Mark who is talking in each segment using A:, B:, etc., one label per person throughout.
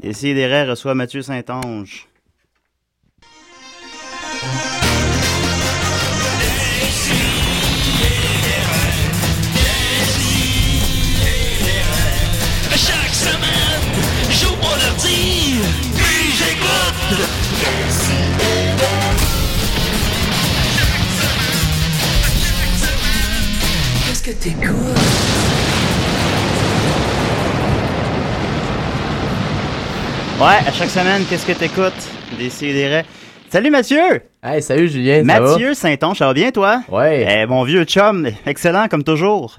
A: Décidérez reçoit Mathieu Saint-Onge.
B: Chaque semaine, j'ouvre mon ordi, puis j'écoute.
C: Qu'est-ce que t'écoutes?
A: Ouais, à chaque semaine, qu'est-ce que t'écoutes? Décidérez. Salut Mathieu!
D: Hey, salut Julien, ça va?
A: Mathieu Saint-Onge, ça va bien toi?
D: Ouais.
A: Eh, mon vieux chum, excellent comme toujours.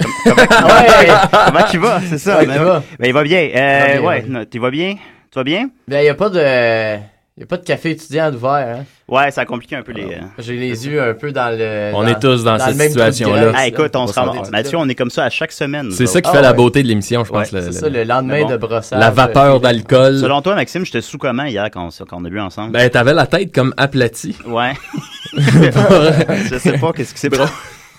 D: Ah Ouais.
A: Comment tu vas? C'est ça.
D: Ouais,
A: ben
D: ça
A: oui.
D: va.
A: Ben, il va bien. Euh,
D: Il va bien,
A: ouais,
D: il va bien.
A: non, tu vas bien? Tu vas bien?
D: Ben, y a pas de... Y a pas de café étudiant d'ouvert, hein?
A: Ouais, ça a compliqué un peu les. euh,
D: J'ai les yeux un peu dans le...
E: On
D: euh, dans-
E: est tous dans
D: le
E: cette
D: même trou de
E: situation-là.
D: graisse,
A: Ah, écoute, on
D: On
A: se
D: va s'en
A: rend.
D: sortir.
A: Mathieu, on est comme ça à chaque semaine. nous
E: C'est ça
A: autres.
E: qui
D: Ah
E: fait la
D: ouais.
E: beauté de l'émission, je pense.
A: Ouais,
E: le- le-
D: C'est ça, le lendemain
A: Mais bon.
D: de brossage. euh,
E: la vapeur d'alcool.
A: Selon toi, Maxime, j'étais sous comment hier quand on, s- quand on a bu ensemble?
E: Ben, t'avais la tête comme aplatie.
A: Ouais. je sais pas qu'est-ce qui s'est passé.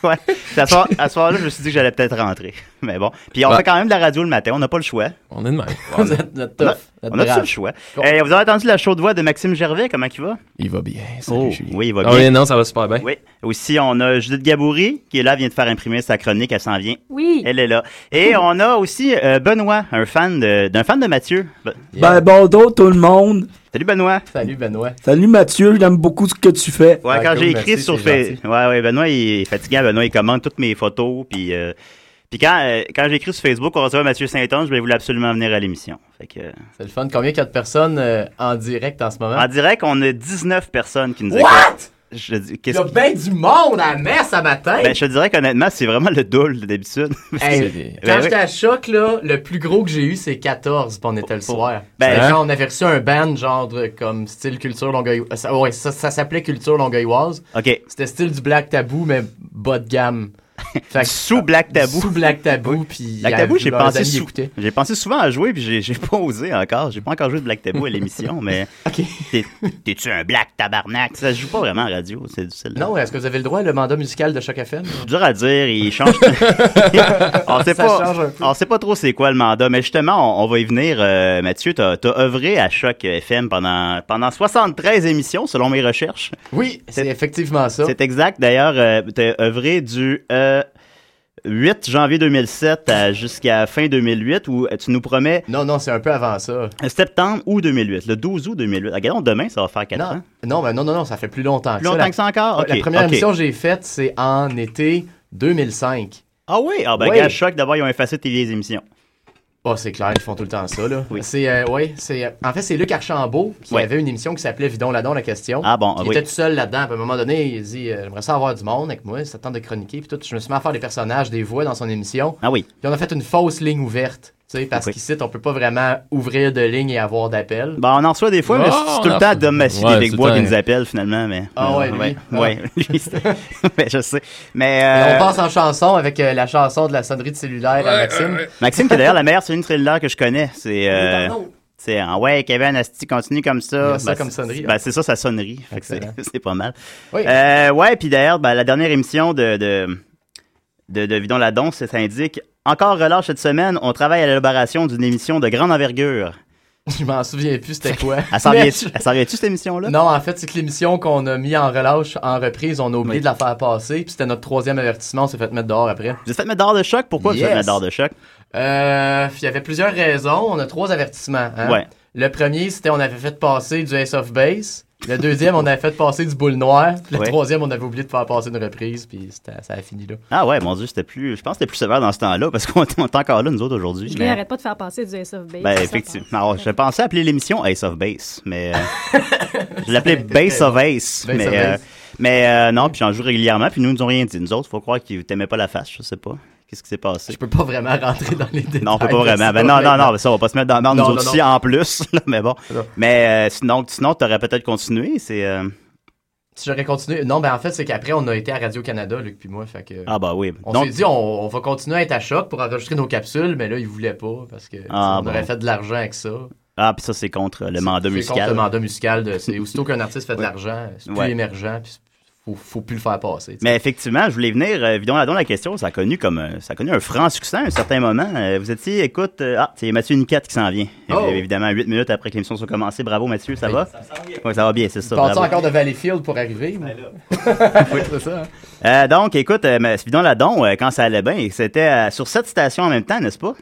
A: Ouais. Puis À ce soir- à ce soir-là, je me suis dit que j'allais peut-être rentrer. Mais bon. Puis on
E: Ouais.
A: fait quand même de la radio le matin. On n'a pas le choix.
E: Bah. On est de même.
D: Vous êtes notre
A: On a,
D: tough, notre
A: on a tout le
D: brave.
A: choix.
D: Con-
A: Eh, vous avez entendu la chaude voix de Maxime Gervais. Comment il va? Oh,
E: Il va bien. Salut, Julie.
A: oui, il va
E: Ah oui,
A: bien.
E: non, ça va super bien.
A: Oui. Aussi, on a Judith Gaboury qui est là, vient de faire imprimer sa chronique. Elle s'en vient.
F: Oui.
A: Elle est là. Et on a aussi euh, Benoît, un fan de- d'un fan de Mathieu. Ben-
D: Yeah.
G: Ben bonjour tout le monde.
A: Salut Benoît.
D: Salut Benoît.
G: Salut Mathieu, j'aime beaucoup ce que tu fais.
A: Ouais,
D: Ouais,
A: quand
D: cool,
A: j'ai écrit
D: merci,
A: sur
D: c'est
A: Facebook. Ouais, ouais, Benoît, il est fatiguant. Benoît, il commande toutes mes photos. Puis, euh, puis quand, euh, quand j'ai écrit sur Facebook, on recevait Mathieu Saint-Onge, mais il voulait absolument venir à l'émission. Fait que, euh,
D: C'est le fun. Combien qu'il y a de personnes euh, en direct en ce moment?
A: en direct, on a 19 personnes qui nous écoutent. Je, dis-
D: Il
A: qu'est-ce
D: y a
A: qui-
D: bien du monde à messe à matin!
A: Ben, je te dirais qu'honnêtement, c'est vraiment le double d'habitude.
D: Hey,
E: C'est-
D: quand
A: Ben
D: j'étais à choc, là, le plus gros que j'ai eu, c'est 14, puis on était le soir.
A: Ben,
D: C'était
E: hein?
D: genre, on avait reçu un band, genre, de- comme style culture longueuil... euh, Ça, ouais, ça, ça s'appelait culture longueuilloise.
A: OK.
D: C'était style du Black Tabou, mais bas de gamme. Fait que-
A: Sous Black Tabou.
D: Sous Black Tabou, puis...
A: Black
D: euh,
A: Tabou, j'ai
D: leurs
A: pensé,
D: amis
A: sou-
D: écoutaient.
A: j'ai pensé souvent à jouer, puis j'ai, j'ai pas osé encore. J'ai pas encore joué de Black Tabou à l'émission, mais
D: OK.
A: t'es, t'es-tu un Black Tabarnak? Ça se joue pas vraiment en radio, c'est du celle
D: Non, est-ce que vous avez le droit à le mandat musical de Choc FM?
A: dur à dire, il change. on sait
D: Ça
A: pas,
D: change un peu.
A: on sait pas trop c'est quoi le mandat, mais justement, on, on va y venir. euh, Mathieu, t'as as œuvré à Choc FM pendant pendant 73 émissions selon mes recherches.
D: Oui, c'est effectivement ça.
A: C'est exact. D'ailleurs, euh, t'as œuvré du euh, 8 janvier 2007 à- jusqu'à fin 2008 où euh, tu nous promets
D: Non, non, c'est un peu avant ça.
A: septembre ou 2008, le 12 août 2008. Regardons demain, ça va faire 4
D: Non,
A: ans.
D: non, ben non, non, non, ça fait plus longtemps
A: Plus
D: que ça.
A: longtemps
D: La-
A: que ça encore.
D: Ouais,
A: Ok,
D: La première
A: ok.
D: émission que j'ai faite, c'est en été 2005.
A: Ah oui, ah ben
D: Ouais.
A: gars, Choc d'abord ils ont effacé tes vieilles émissions.
D: Oh, c'est clair, ils font tout le temps ça, là.
A: Oui.
D: C'est, euh, ouais, c'est, euh, en fait, c'est Luc Archambault qui
A: Ouais.
D: avait une émission qui s'appelait Vidon Ladon la question.
A: Ah bon, ah
D: Il
A: oui.
D: était tout seul là-dedans. Puis À un moment donné, il dit euh, J'aimerais ça avoir du monde avec moi, ça te tente de chroniquer. Puis tout, je me suis mis à faire des personnages, des voix dans son émission.
A: Ah oui.
D: Puis on a fait une fausse ligne ouverte. Tu sais, parce
A: Oui.
D: qu'ici, on peut pas vraiment ouvrir de ligne et avoir d'appel.
A: Ben, on en reçoit des fois, mais
E: Oh,
A: c'est tout
E: on
A: le
E: en
A: temps
E: reçoit.
A: Dom Massy
E: Ouais,
A: des
E: tout le
A: Bois qui
E: temps.
A: nous appelle finalement. Mais, euh,
D: Ah ouais, lui.
A: ouais,
D: Ah.
A: ouais, lui, c'est- mais je sais. Mais
D: Et
A: euh,
D: on passe en chanson avec euh, la chanson de la sonnerie de cellulaire à Maxime.
A: Maxime, qui est d'ailleurs la meilleure sonnerie cellulaire que je connais, c'est euh,
D: pardon.
A: Tu sais, en ouais, Kevin, Asti, continue comme
D: Il y
A: ça.
D: a ça
A: Ben,
D: comme
A: c'est-
D: sonnerie,
A: ben,
D: hein.
A: c'est ça, sa sonnerie. Fait que c'est-
D: Excellent.
A: C'est pas mal.
D: Oui.
A: Euh, ouais, puis d'ailleurs, ben, la dernière émission de, de, de, de Vidon la Donce, ça indique encore relâche cette semaine, on travaille à l'élaboration d'une émission de grande envergure.
D: Je m'en souviens plus c'était quoi.
A: Elle s'en
D: Mais
A: vient-
D: je-
A: elle s'en vient-tu, cette émission-là?
D: Non, en fait, c'est que l'émission qu'on a mis en relâche, en reprise, on a oublié
A: Oui.
D: de la faire passer. Puis c'était notre troisième avertissement, on s'est fait mettre dehors après.
A: Vous êtes fait mettre d'or de choc? Pourquoi vous êtes fait
D: Yes.
A: mettre d'or de choc?
D: Euh, il y avait plusieurs raisons. On a trois avertissements. hein.
A: Ouais.
D: Le premier, c'était on avait fait passer du Ace of Base. Le deuxième, on avait fait passer du Boule Noire. Le
A: Ouais.
D: troisième, on avait oublié de faire passer une reprise. Puis c'était- ça a fini là.
A: Ah ouais, mon Dieu, c'était plus. Je pense que c'était plus sévère dans ce temps-là parce qu'on est on est encore là, nous autres, aujourd'hui.
F: Je
A: Mais-
F: n'arrête pas de faire passer du SFB.
A: Ben,
F: Ça
A: effectivement.
F: passe.
A: Alors, je pensais appeler l'émission Ace of Base, mais. euh, je l'appelais Base of Ace.
D: Base
A: mais
D: of
A: euh,
D: Ace.
A: mais euh, non, puis j'en joue régulièrement, puis nous, ils nous ont rien dit. Nous autres, faut croire qu'ils t'aimaient pas la face, je sais pas. Qu'est-ce qui s'est passé?
D: Je peux pas vraiment rentrer dans les détails.
A: Non, on peut
D: de
A: pas vraiment.
D: ça,
A: Ben, non, non,
D: maintenant.
A: non, ben, ça, on va pas se mettre dans le merde, nous
D: Non,
A: autres
D: non,
A: aussi, en plus, là, mais bon.
D: Non.
A: Mais euh, sinon, sinon t'aurais peut-être continué, c'est. euh,
D: Si j'aurais continué. Non, ben en fait, c'est qu'après, on a été à Radio-Canada, Luc puis moi. Fait que.
A: Ah, bah oui.
D: On
A: Donc-
D: s'est dit, on, on va continuer à être à choc pour enregistrer nos capsules, mais là, ils voulaient pas parce que tu sais,
A: Ah,
D: on
A: bon.
D: aurait fait de l'argent avec ça.
A: ah, puis ça, c'est contre le mandat
D: C'est
A: musical.
D: contre Le mandat musical, de, c'est aussitôt qu'un artiste fait de l'argent, c'est plus
A: Ouais.
D: émergent, puis faut, faut plus le faire passer. tu sais.
A: Mais effectivement, je voulais venir, euh, vidons la la question, ça a connu comme un- ça a connu un franc succès à un certain moment. Euh, vous étiez, écoute, euh, ah, c'est Mathieu Niquette qui s'en vient.
D: Oh!
A: Euh, évidemment, 8 minutes après que l'émission soit commencée. Bravo Mathieu, ça va? Ça ça va bien, c'est ça.
D: Parti
A: bravo.
D: encore de Valleyfield pour arriver. moi. oui, c'est ça. hein.
A: Euh, donc, écoute, euh, mais vidons la don, euh, quand ça allait bien, c'était euh, sur sept stations en même temps, n'est-ce pas?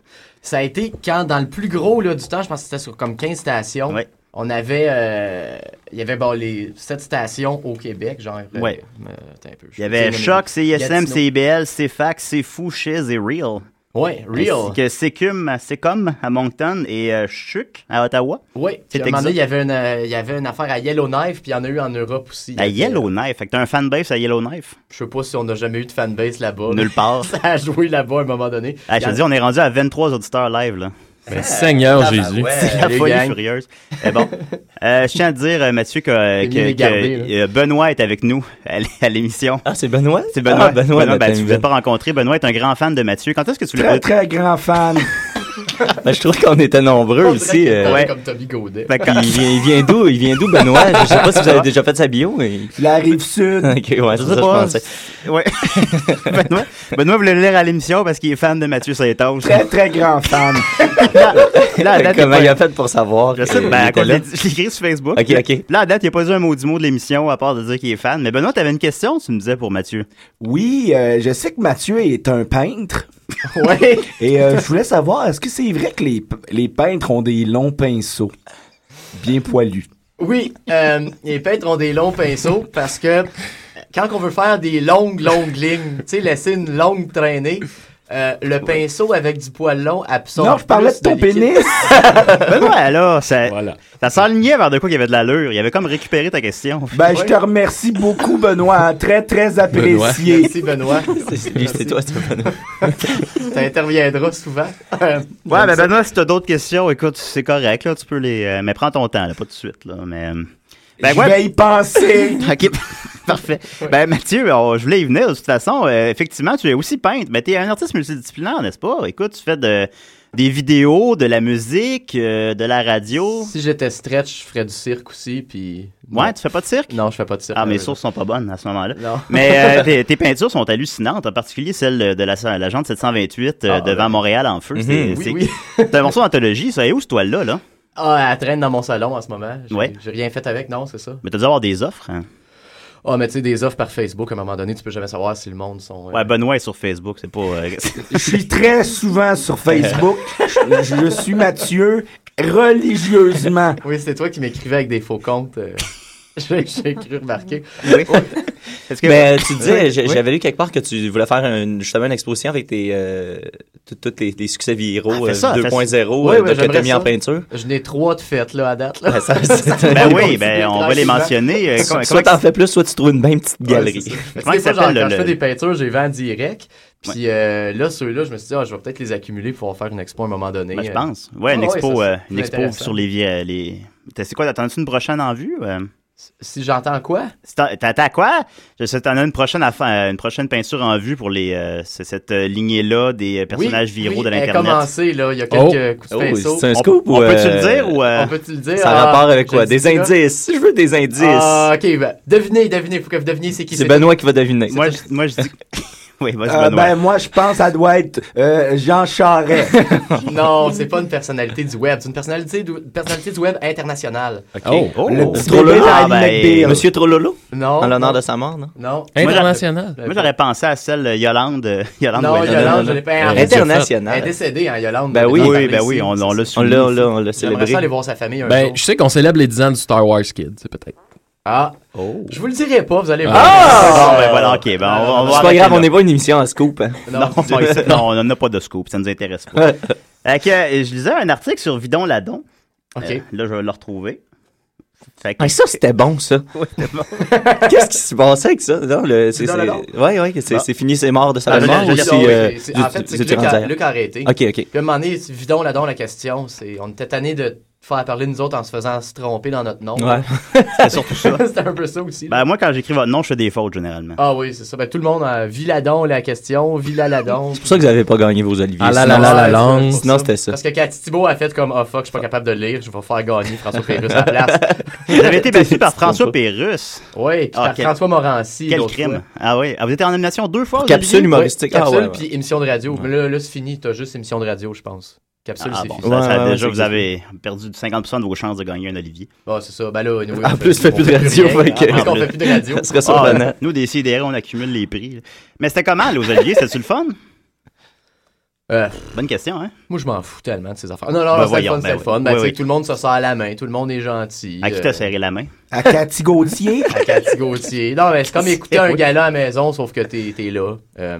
D: Ça a été quand, dans le plus gros là, du temps, je pense que c'était sur comme 15 stations.
A: Ouais.
D: On avait. euh, Il y avait bon, les 7 stations au Québec, genre. euh,
A: Ouais.
D: euh, attends un peu, je
A: Il y
D: vais
A: avait
D: dire,
A: Choc,
D: mais-
A: CISM,
D: Gatineau.
A: CIBL, CFAX, CFou, Shiz et Real.
D: Ouais, Real.
A: Ainsi que Secum à Secom à Moncton et euh, Chuc à Ottawa.
D: Oui,
A: C'est
D: puis à un moment donné,
A: exact.
D: il y, avait une, euh, il y avait une affaire à Yellowknife, puis il y en a eu en Europe aussi.
A: À Yellowknife. Fait que t'as un fanbase à Yellowknife.
D: Je sais pas si on n'a jamais eu de fanbase là-bas.
A: Nulle part.
D: Ça a joué là-bas à un moment donné.
A: Ah, je te dis, on est rendu à 23 auditeurs live, là.
E: Ben,
D: Ah,
E: Seigneur Jésus.
A: C'est la
D: les
A: folie
D: gangs.
A: furieuse. Mais bon, euh, je tiens à dire, euh, Mathieu, que, euh,
D: T'es
A: que-
D: mieux les
A: que,
D: garder, là.
A: euh, Benoît est avec nous à l- à l'émission.
H: Ah, c'est Benoît?
A: C'est Benoît.
H: Ah, Benoît, ben,
A: ben, si
H: t'as
A: vous
H: une
A: n'êtes pas rencontré, Benoît est un grand fan de Mathieu. Quand est-ce que tu
G: Très,
A: l'as
G: très grand fan.
H: nouvelle. Ben, je trouve qu'on était nombreux aussi. euh, Ben,
A: ouais.
D: Comme Tommy Godet.
A: Fait que
H: Il vient, il vient d'où? Il vient d'où, Benoît? Je sais pas si vous avez déjà fait sa bio. mais-
G: La rive sud.
H: Ok, ouais, c'est ça, je pensais.
A: Ouais. Benoît, Benoît voulait le lire à l'émission parce qu'il est fan de Mathieu Saint-Onge.
G: Très, très grand fan.
A: Là, à date, il est
H: Comment
A: pas-
H: il a fait pour savoir?
A: Je sais,
H: qu'il
A: ben, à
H: était
A: cause
H: là?
A: de- je l'ai écrit sur Facebook.
H: Ok, ok.
A: Là, à date, il n'a pas dit un mot du mot de l'émission à part de dire qu'il est fan. Mais Benoît, t'avais une question, tu me disais, pour Mathieu.
G: Oui, euh, je sais que Mathieu est un peintre. Et euh, je voulais savoir, est-ce que c'est vrai que les, p- les peintres ont des longs pinceaux bien poilus?
D: Oui, euh, les peintres ont des longs pinceaux parce que quand on veut faire des longues, longues lignes, tu sais, laisser une longue traînée, euh, le pinceau avec du poil long absorbe.
G: non, je parlais de
D: plus
G: ton
D: liquide.
G: pénis.
A: Benoît, là, ça,
E: Voilà.
A: ça s'enlignait vers de quoi qu'il y avait de l'allure. Il avait comme récupéré ta question.
G: Ben, je te remercie beaucoup, Benoît. Très, très apprécié.
D: Merci Benoît,
H: C'est- c'est lui, C'est toi, c'est pas Benoît.
D: tu interviendras souvent. Euh,
A: Ouais, ben Benoît, si t'as d'autres questions, écoute, c'est correct, là, tu peux les... euh, mais prends ton temps, là, pas tout de suite, là, mais... euh, Ben
G: je vais y penser.
A: OK, parfait. Ben Mathieu, on- je voulais y venir, de toute façon, euh, effectivement, tu es aussi peintre, mais t'es un artiste multidisciplinaire, n'est-ce pas? Écoute, tu fais de, des vidéos, de la musique, euh, de la radio...
D: si j'étais stretch, je ferais du cirque aussi, puis.
A: Ouais, tu fais pas de cirque?
D: Non, je fais pas de cirque. euh,
A: Ah, mes
D: malheureusement.
A: sources sont pas bonnes à ce moment-là.
D: Non.
A: Mais euh, tes, tes peintures sont hallucinantes, en particulier celle de la, la jante 728 euh,
D: Ah,
A: devant
D: ouais.
A: Montréal en feu.
H: Mhm.
A: C'est-
D: Oui,
A: c'est-
D: oui.
A: C'est un morceau d'anthologie, ça. Et où cette toile-là, là?
D: Ah, elle traîne dans mon salon en ce moment. J'ai
A: Ouais.
D: j'ai rien fait avec, non, c'est ça.
A: Mais t'as dû avoir des offres, hein?
D: Ah, mais tu sais, des offres par Facebook, à un moment donné, tu peux jamais savoir si le monde sont. euh,
A: Ouais, Benoît est sur Facebook, c'est pas. euh,
G: Je suis très souvent sur Facebook. Je, je suis Mathieu religieusement.
D: Oui, c'est toi qui m'écrivais avec des faux comptes. euh, J'ai j'ai cru remarquer. Oh.
A: Est-ce que-
H: Mais Ben, tu disais, j'ai-
D: oui.
H: j'avais lu quelque part que tu voulais faire une, justement une exposition avec tes, euh, tout- tous les, les succès viraux
A: Ah, fais
H: euh,
A: ça, fais ça.
H: 2.0
D: Oui,
H: euh,
D: oui,
H: de- que
D: j'aimerais
H: t'as mis
D: ça.
H: en peinture.
D: Je n'ai trois de fêtes, là, à date. là.
H: Ben, ça, c'est-
A: Ben oui, ben on va les
D: Tranquillement.
A: mentionner. Euh, comment-
H: soit
A: comment-
H: t'en fais plus, soit tu trouves une bien petite
D: Ouais,
H: galerie.
D: c'est ça.
A: Comment
D: Parce
A: il
D: que des fois, genre,
A: s'appelle,
D: quand
A: le-
D: je fais
A: le-
D: des peintures, j'ai vends direct. Puis euh, là, ceux-là, je me suis dit, ah, je vais peut-être les accumuler pour pouvoir faire une expo à un moment donné.
A: Ben, je
D: euh.
A: pense. Ouais, une
D: Ah, ouais,
A: expo,
D: ça,
A: euh,
D: c'est
A: une expo
D: intéressant.
A: sur les. vie- euh, les... T'as- C'est quoi, t'attends-tu une prochaine en vue? euh?
D: Si j'entends quoi?
A: C'est un- T'attends à quoi? Je sais, t'en as une prochaine, affa- euh, une prochaine peinture en vue pour les, euh, c'est cette euh, lignée-là des euh, personnages
D: oui,
A: viraux
D: oui,
A: de
D: elle a
A: l'Internet.
D: commencé, là, il y a
E: Oh.
D: quelques coups de
F: Oh,
D: pinceau.
F: c'est un
A: On-
F: scoop
A: on,
F: ou.
A: peut-tu
F: euh,
A: le dire ou. euh,
D: On peut-tu le dire?
F: Ça
D: Ah,
F: a rapport avec
D: je
F: quoi
D: le
F: Des
D: sais pas.
F: indices. Je veux des indices.
D: Ah, ok, ben, devinez, devinez, faut que vous deviniez c'est qui Ah,
F: c'est Benoît Ah, qui va deviner.
A: Moi, je, moi, je dis. oui, vas-y, Benoît.
G: Euh, ben, moi, je pense que ça doit être euh, Jean Charest.
F: ben,
D: Non, c'est pas une personnalité du web, c'est une personnalité du, une personnalité du web internationale.
F: Oh.
A: Oh,
G: le
A: moi,
G: petit
F: Trop
G: bébé
F: long.
G: dans
A: Ah, ben,
G: Alec Beer.
F: Monsieur Trololo
D: Non.
F: En l'honneur
D: non,
F: de sa mort, non
D: Non.
E: International.
A: j'aurais pensé à celle euh, Yolande. euh, Yolande
D: Non,
A: Ouellet.
D: Yolande,
E: non,
D: je l'ai pas.
E: non.
D: Elle est- elle est
F: International.
D: décédée, hein, Yolande.
F: Ben oui.
D: On en
A: Oui,
D: parlait
A: ben
D: ici.
A: oui, on, on l'a
F: On
A: souligné.
F: l'a, on l'a, on l'a
D: J'aimerais ça aller
F: célébré.
D: voir sa famille un
E: Ben,
D: jour.
E: je sais qu'on célèbre les 10 ans du Star Wars Kids, peut-être.
D: Ah, je vous le dirai pas, vous
F: Ah!
D: allez voir.
A: Oh. Bon, ben voilà, ok. Ben, on, va- on va
F: C'est pas
A: arrêter
F: grave,
A: là.
F: on n'est pas une émission à scoop. hein.
D: Non,
A: Non, non, on n'en a pas de scoop, ça ne nous intéresse pas. Fait que, euh, je lisais un article sur Vidon Ladon.
D: Ok.
A: Euh, là, je vais le retrouver. Fait que-
F: Ah, ça, c'était bon, ça. Qu'est-ce qui se passait avec ça? Non, le, c'est,
D: dans
F: c'est-
D: la langue.
F: ouais, ouais, que c'est,
A: Ah.
F: c'est fini, c'est mort de sa
A: Ah, je
F: mort.
A: l'ai- je l'ai-
F: aussi,
A: ah, oui,
F: euh,
D: c'est-
F: du-
D: en fait,
F: du-
D: c'est
F: du-
D: que Luc,
F: rendu
D: a,
F: ailleurs.
D: Luc a arrêté.
F: Ok, ok.
D: Puis à un moment donné, c'est vidon là la question. C'est, on était tanné de faire parler de nous autres en se faisant se tromper dans notre nom.
F: Ouais.
A: C'était surtout ça.
D: C'était un peu ça aussi. là.
A: Ben, moi, quand j'écris votre nom, je fais des fautes généralement.
D: Ah oui, c'est ça. Ben, tout le monde a Viladon la question, Vilaladon.
F: C'est pour ça que vous n'avez pas gagné vos oliviers.
E: Ah là
F: sinon,
E: là là
F: c'est-
E: là. langue.
F: Sinon, c'était ça.
D: Parce que Cathy Thibault a fait comme Ah fuck, je suis pas capable de lire, je vais faire gagner François Pérus à la place.
A: Vous avez été battu par
F: Tu te trompes
A: François
F: pas.
A: Pérus.
D: Oui, puis
A: Ah,
D: par
A: quel-
D: François Morancy.
A: Quel
D: l'autre
A: crime.
D: fois.
A: Ah oui. Ah, vous étiez en nomination deux fois.
F: Pour
A: aux Olivier?
F: Capsule humoristique. Ah,
D: Capsule
F: ouais, ouais.
D: puis émission de radio. Mais là, là, c'est fini, t'as juste émission de radio, je pense. Capsule,
A: Ah
D: c'est
A: bon,
D: fini.
A: ça, ça,
F: Ouais, ouais,
A: déjà,
F: ouais,
A: vous
F: c'est
A: avez perdu 50% de vos chances de gagner un Olivier.
D: Bon, c'est ça. Ben là, anyway,
F: En
D: on
F: plus, fait
D: on
F: plus de radio,
D: rien.
F: fait que-
D: En plus, on fait plus de radio.
F: Ça serait
A: Ah,
F: surprenant.
A: nous, des CDR, on accumule les prix. là. Mais c'était comment, là, aux Oliviers? C'était-tu le fun?
D: Euh,
A: Bonne question, hein?
D: moi, je m'en fous tellement de ces affaires. Ah, Non, non,
A: Ben
D: c'est le
A: voyons,
D: fun,
A: ben
D: c'est le
A: oui.
D: fun. Ben,
A: Oui,
D: tu sais,
A: oui.
D: tout le monde se sert à la main, tout le monde est gentil.
A: À qui
D: euh,
A: t'as serré la main?
G: À Cathy Gauthier.
D: à Cathy Gauthier. Non, mais c'est comme écouter un
A: Oui.
D: gala à la maison, sauf que t'es t'es là. Euh,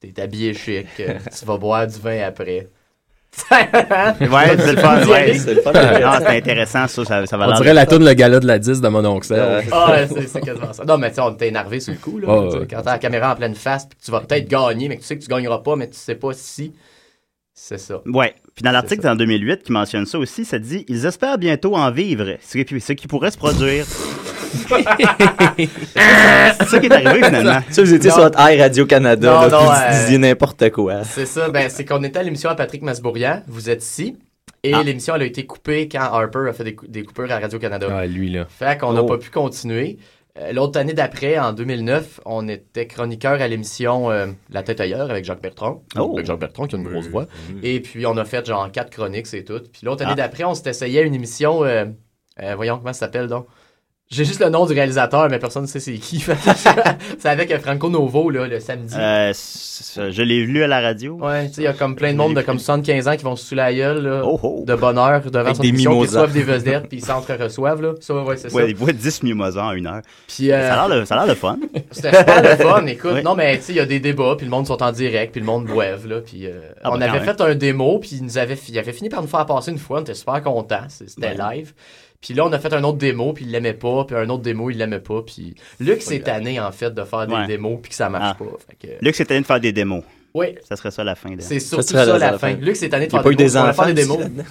D: t'es habillé chic. euh, tu vas boire du vin après.
A: Ouais, c'est le fun, ouais.
F: C'est le fun, le
A: Non, c'était intéressant, ça, ça, ça va
E: On
A: l'air
E: dirait la toune Le Gala de la 10 de mon oncle.
F: Euh,
D: Ah, ouais, c'est- c'est quasiment ça. Non, mais tu sais, on était énervé sur le coup. Là,
E: Ah,
D: Tu sais,
E: ouais.
D: Quand t'as la caméra en pleine face, puis que tu vas peut-être gagner, mais que tu sais que tu gagneras pas, mais tu sais pas si. C'est ça.
A: Ouais. Puis dans l'article
D: ça.
A: en 2008 qui mentionne ça aussi, ça dit Ils espèrent bientôt en vivre, ce qui, ce qui pourrait se produire. c'est ça qui est arrivé finalement.
F: Ça, vous étiez
D: Non.
F: sur votre Air Radio-Canada,
D: Non,
F: là,
D: non,
F: puis vous
D: euh,
F: disiez n'importe quoi.
D: C'est ça, ben, c'est qu'on était à l'émission à Patrick Masbourian, vous êtes ici, et
A: Ah.
D: l'émission elle a été coupée quand Harper a fait des, cou- des coupures à Radio-Canada.
E: Ah, lui, là.
D: Fait qu'on n'a
F: Oh.
D: pas pu continuer. Euh, L'autre année d'après, en 2009, on était chroniqueur à l'émission euh, La tête ailleurs avec Jacques Bertrand.
A: Oh.
D: Avec Jacques Bertrand qui a une grosse voix. Et puis on a fait genre quatre chroniques, c'est tout. Puis l'autre année
A: Ah.
D: d'après, on s'est essayé à une émission. euh, euh, voyons comment ça s'appelle donc. J'ai juste le nom du réalisateur, mais personne ne sait c'est qui. Fait que je- c'est avec euh, Franco Novo là, le samedi.
A: Euh, c- c- je l'ai lu à la radio.
D: Ouais, tu sais, il y a comme plein de monde de comme 75 ans qui vont se sous la gueule là,
A: Oh, oh.
D: de bonheur devant
F: Avec
D: son
F: des
D: émission, puis ils
F: mimosas.
D: reçoivent des vedettes, puis ils s'entre-reçoivent. là. Ça, ouais, c'est ça.
A: Ouais, il voit 10 mimosas en une heure.
D: Puis, euh,
A: Ça a l'air le- ça a l'air le fun.
D: C'était super le fun, écoute.
A: Oui.
D: Non, mais tu sais, il y a des débats, puis le monde sont en direct, puis le monde boive, là. Puis euh,
A: Ah,
D: on
A: ben,
D: avait
A: quand
D: fait un démo, puis il nous avait, fi- il avait fini par nous faire passer une fois, on était super contents, c'est- c'était live. Puis là, on a fait un autre démo, puis il l'aimait pas, puis un autre démo, il l'aimait pas, puis Luc s'est tanné, en fait, de faire des
A: Ouais.
D: démos, puis que ça marche
A: Ah.
D: pas. Fait que...
A: Luc, c'était de faire des démos.
D: Oui,
A: Ça serait ça la fin. de-
D: c'est surtout
F: serait
D: ça,
F: la-
D: la,
F: la
D: fin.
F: fin.
D: Luc s'est tanné
F: Il n'y
D: de faire
F: a pas eu
D: démos,
F: des
D: on va
F: enfants.
D: faire des
F: aussi,
D: démos.
F: là-dedans.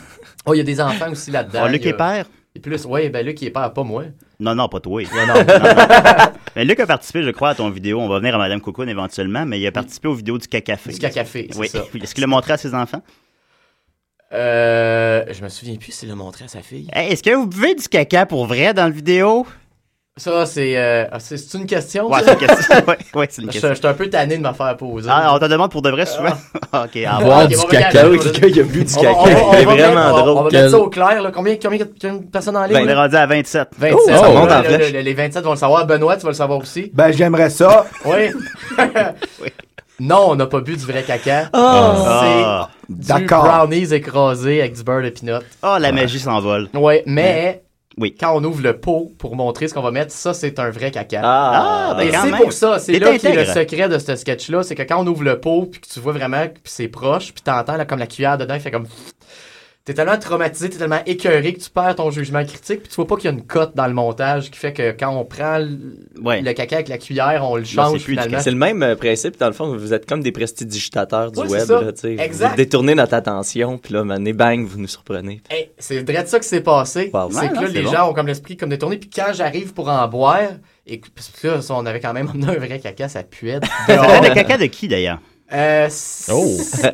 D: Oh, il y a des enfants aussi là-dedans.
A: Oh, Luc
D: il y a-
A: est père
D: Et plus, oui, ben Luc, il est père, pas moi.
A: Non, non, pas toi.
D: Non, non.
A: Mais Luc a participé, je crois, à ton vidéo. On va venir à Madame Cocoon éventuellement, mais il a participé aux vidéos du cacafé.
D: Du cacafé, c'est
A: Oui.
D: ça.
A: Est-ce qu'il l'a montré à ses enfants?
D: Euh, je me souviens plus s'il l'a montré à sa fille.
A: Hey, Est-ce que vous buvez du caca pour vrai dans la vidéo?
D: Ça, c'est euh, ah, c'est c'est une question.
A: Ouais, c'est
D: ça?
A: une question. Ouais, ouais, c'est une
D: Je
A: question.
D: je suis un peu tanné de me faire poser.
A: Ah, on te demande pour de vrai souvent. ok, ah, bon.
E: Boire
D: ok,
E: du
D: bon, ben,
E: caca.
F: Ah
D: regarde,
F: oui,
D: je-
F: quelqu'un qui a bu du
D: on va- on va-
F: caca.
D: on
F: Il est
D: va mettre-
F: vraiment
D: on va- On
F: drôle.
D: va mettre ça au clair. Là. Combien, combien, combien de personnes en ligne?
A: Ben, on est rendu à 27.
D: 27.
E: Oh,
F: ça
D: Ah,
F: monte
D: là,
F: en
D: le-
F: flèche.
D: le- les 27 vont le savoir. Benoît, tu vas le savoir aussi.
G: Ben, j'aimerais ça.
D: Oui. non, on n'a pas bu du vrai caca.
A: Ah.
D: C'est du
G: D'accord.
D: brownies écrasé avec du beurre de peanut.
A: Ah, la magie s'envole.
D: Ouais, mais
A: Oui.
D: quand on ouvre le pot pour montrer ce qu'on va mettre, ça, c'est un vrai caca.
F: Ah,
A: Ah, ben
D: Et
A: quand
D: c'est
A: même.
D: pour ça, c'est
A: Il
D: là
A: est
D: qui est le
A: intègre.
D: secret de ce sketch-là, c'est que quand on ouvre le pot, puis que tu vois vraiment que c'est proche, puis t'entends là, comme la cuillère dedans, il fait comme... T'es tellement traumatisé, t'es tellement écœuré que tu perds ton jugement critique, puis tu vois pas qu'il y a une cote dans le montage qui fait que quand on prend l- le caca avec la cuillère, on le
F: Non,
D: change
F: c'est plus du-
D: finalement.
F: C'est le même euh, principe, dans le fond, vous êtes comme des prestidigitateurs du
D: Ouais, c'est
F: web.
D: ça.
F: Là, tu sais.
D: Exact.
F: Vous détournez notre attention, puis là, mané, bang, vous nous surprenez.
D: Hey, Eh, c'est vrai de ça que c'est passé.
F: Wow.
D: C'est
F: Ouais,
D: que
F: non,
D: là,
F: hein, c'est
D: les
F: bon.
D: gens ont comme l'esprit comme détourné. Puis quand j'arrive pour en boire, et que- parce que là, ça, on avait quand même emmené un vrai caca, ça puait.
A: C'était le caca de qui d'ailleurs?
D: Euh, c-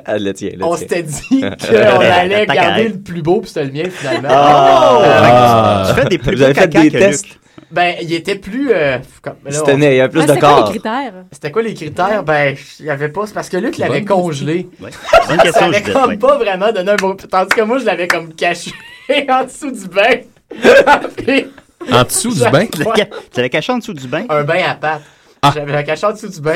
F: le tien, le
D: On
F: tien.
D: s'était dit qu'on allait
A: Caca.
D: garder le plus beau, puis c'était le mien finalement.
F: Ah! Ah!
A: Tu fais des plus
F: Vous avez
A: beaux
F: fait
A: caca
F: des
A: que
F: tests?
A: Luc.
D: Ben, il était plus. euh, comme- là,
F: C'était
D: on-
F: né, il y avait plus de corps.
I: critères?
D: C'était quoi les critères? Ben, il n'y avait pas. C'est parce que Luc l'avait
F: Bonne-
D: congelé.
A: Ouais.
F: Bonne question,
D: Ça avait
F: Judith,
D: comme
F: ouais.
D: pas vraiment donné un bon. Tandis que moi, je l'avais comme caché en dessous du bain. Puis-
A: En dessous
D: du bain?
A: Tu l'avais ca- tu l'avais caché en dessous du bain?
D: Un bain à pâte.
F: Ah.
D: J'avais caché en dessous du bain.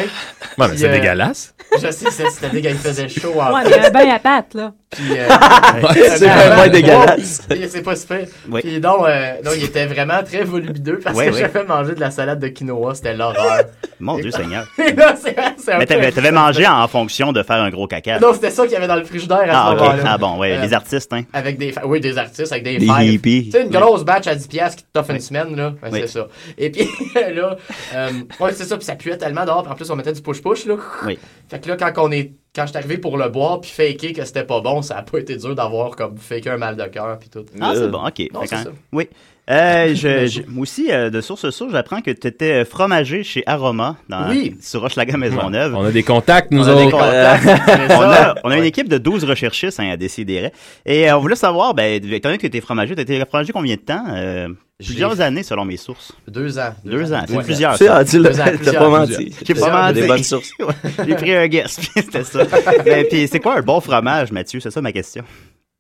A: mais
D: Puis, euh,
A: c'est dégueulasse.
D: Je sais, c'est- c'était dégueulasse. Il faisait chaud en
A: ah.
I: Ouais,
D: plus.
I: mais un bain à pâte, là.
D: Puis, euh,
F: Ouais, c'est
D: avant-
F: vraiment dégueulasse.
D: Oh, C'est pas super.
A: Oui.
D: Puis donc, euh, donc, il était vraiment très volumineux parce
A: Ouais,
D: que
A: ouais.
D: j'avais mangé de la salade de quinoa. C'était l'horreur.
A: Mon Dieu Seigneur.
D: Et là, c'est c'est un
A: Mais
D: peu-
A: t'avais t'avais mangé en fonction de faire un gros caca.
D: Non, c'était ça qu'il y avait dans le frigidaire à
A: Ah,
D: ce
A: ok.
D: moment-là.
A: Ah, bon, ouais,
D: Euh,
A: les artistes, hein.
D: Avec des fa- oui, des artistes, avec des
A: Des
D: fèves.
A: hippies.
D: Tu sais, une
A: Ouais.
D: grosse batch à 10$ piastres qui te t'offre une semaine, là. Ben,
A: Oui.
D: C'est ça. Et puis là, euh, ouais, c'est ça, puis ça puait tellement dehors. Puis en plus, on mettait du push-push, là.
A: Oui.
D: Fait que là, quand on est. Quand je suis arrivé pour le boire puis faker que c'était pas bon, ça a pas été dur d'avoir comme faker un mal de cœur puis tout.
A: Ah,
F: Euh.
A: c'est bon, ok.
D: Non,
A: Fait
D: c'est
A: quand-
D: ça.
A: Oui. Euh, je, je- moi aussi, euh, de source sûre, j'apprends que tu étais fromager chez Aroma dans,
D: Oui.
A: sur Hochelaga Maisonneuve.
E: On a des contacts, nous
A: On a des
E: autres.
A: contacts.
E: Euh,
A: on, a, on a une équipe de 12 recherchistes hein, à décider. Et euh, on voulait savoir, ben, étant donné que tu es fromager, tu été fromager combien de temps Euh, Plusieurs années, selon mes sources.
D: Deux ans.
A: Deux, ans, c'est
D: Ouais.
A: plusieurs.
F: C'est-
A: ça.
F: ah, tu l'as- Deux ans, t'as pas plusieurs. menti.
A: J'ai
F: Plusieurs.
A: pas menti.
F: Des bonnes sources.
A: Ouais, J'ai pris un guess, puis c'était ça. Mais Ben, puis c'est quoi un bon fromage, Mathieu? C'est ça ma question.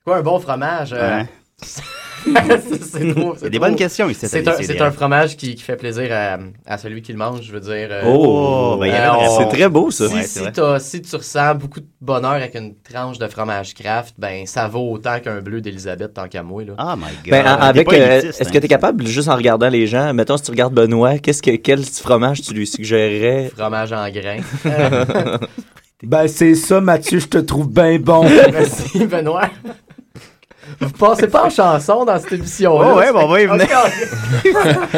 D: Quoi, un bon fromage? euh,
A: Ouais.
D: c'est c'est trop.
A: C'est
D: c'est
A: des
D: trop.
A: bonnes questions ici.
D: C'est un, c'est un fromage qui, qui fait plaisir à, à celui qui le mange, je veux dire. euh,
A: Oh, ben, il y en a vraiment.
D: on-
A: C'est très beau, ça.
D: Si,
A: Ouais,
D: si
A: c'est vrai.
D: t'as- si tu ressens beaucoup de bonheur avec une tranche de fromage Kraft, ben ça vaut autant qu'un bleu d'Elisabeth tant qu'à moi. Là.
A: Ah my
F: Ben, en- avec, euh,
A: hein.
F: est-ce que tu es capable, juste en regardant les gens, mettons, si tu regardes Benoît, qu'est-ce que, quel petit fromage tu lui suggérerais?
D: Fromage en grain.
G: Ben, c'est ça, Mathieu, je te trouve bien bon.
D: Merci, Benoît. Vous passez pas en chanson dans cette émission-là.
A: Oh, Ouais, ouais, bon, on va y venir.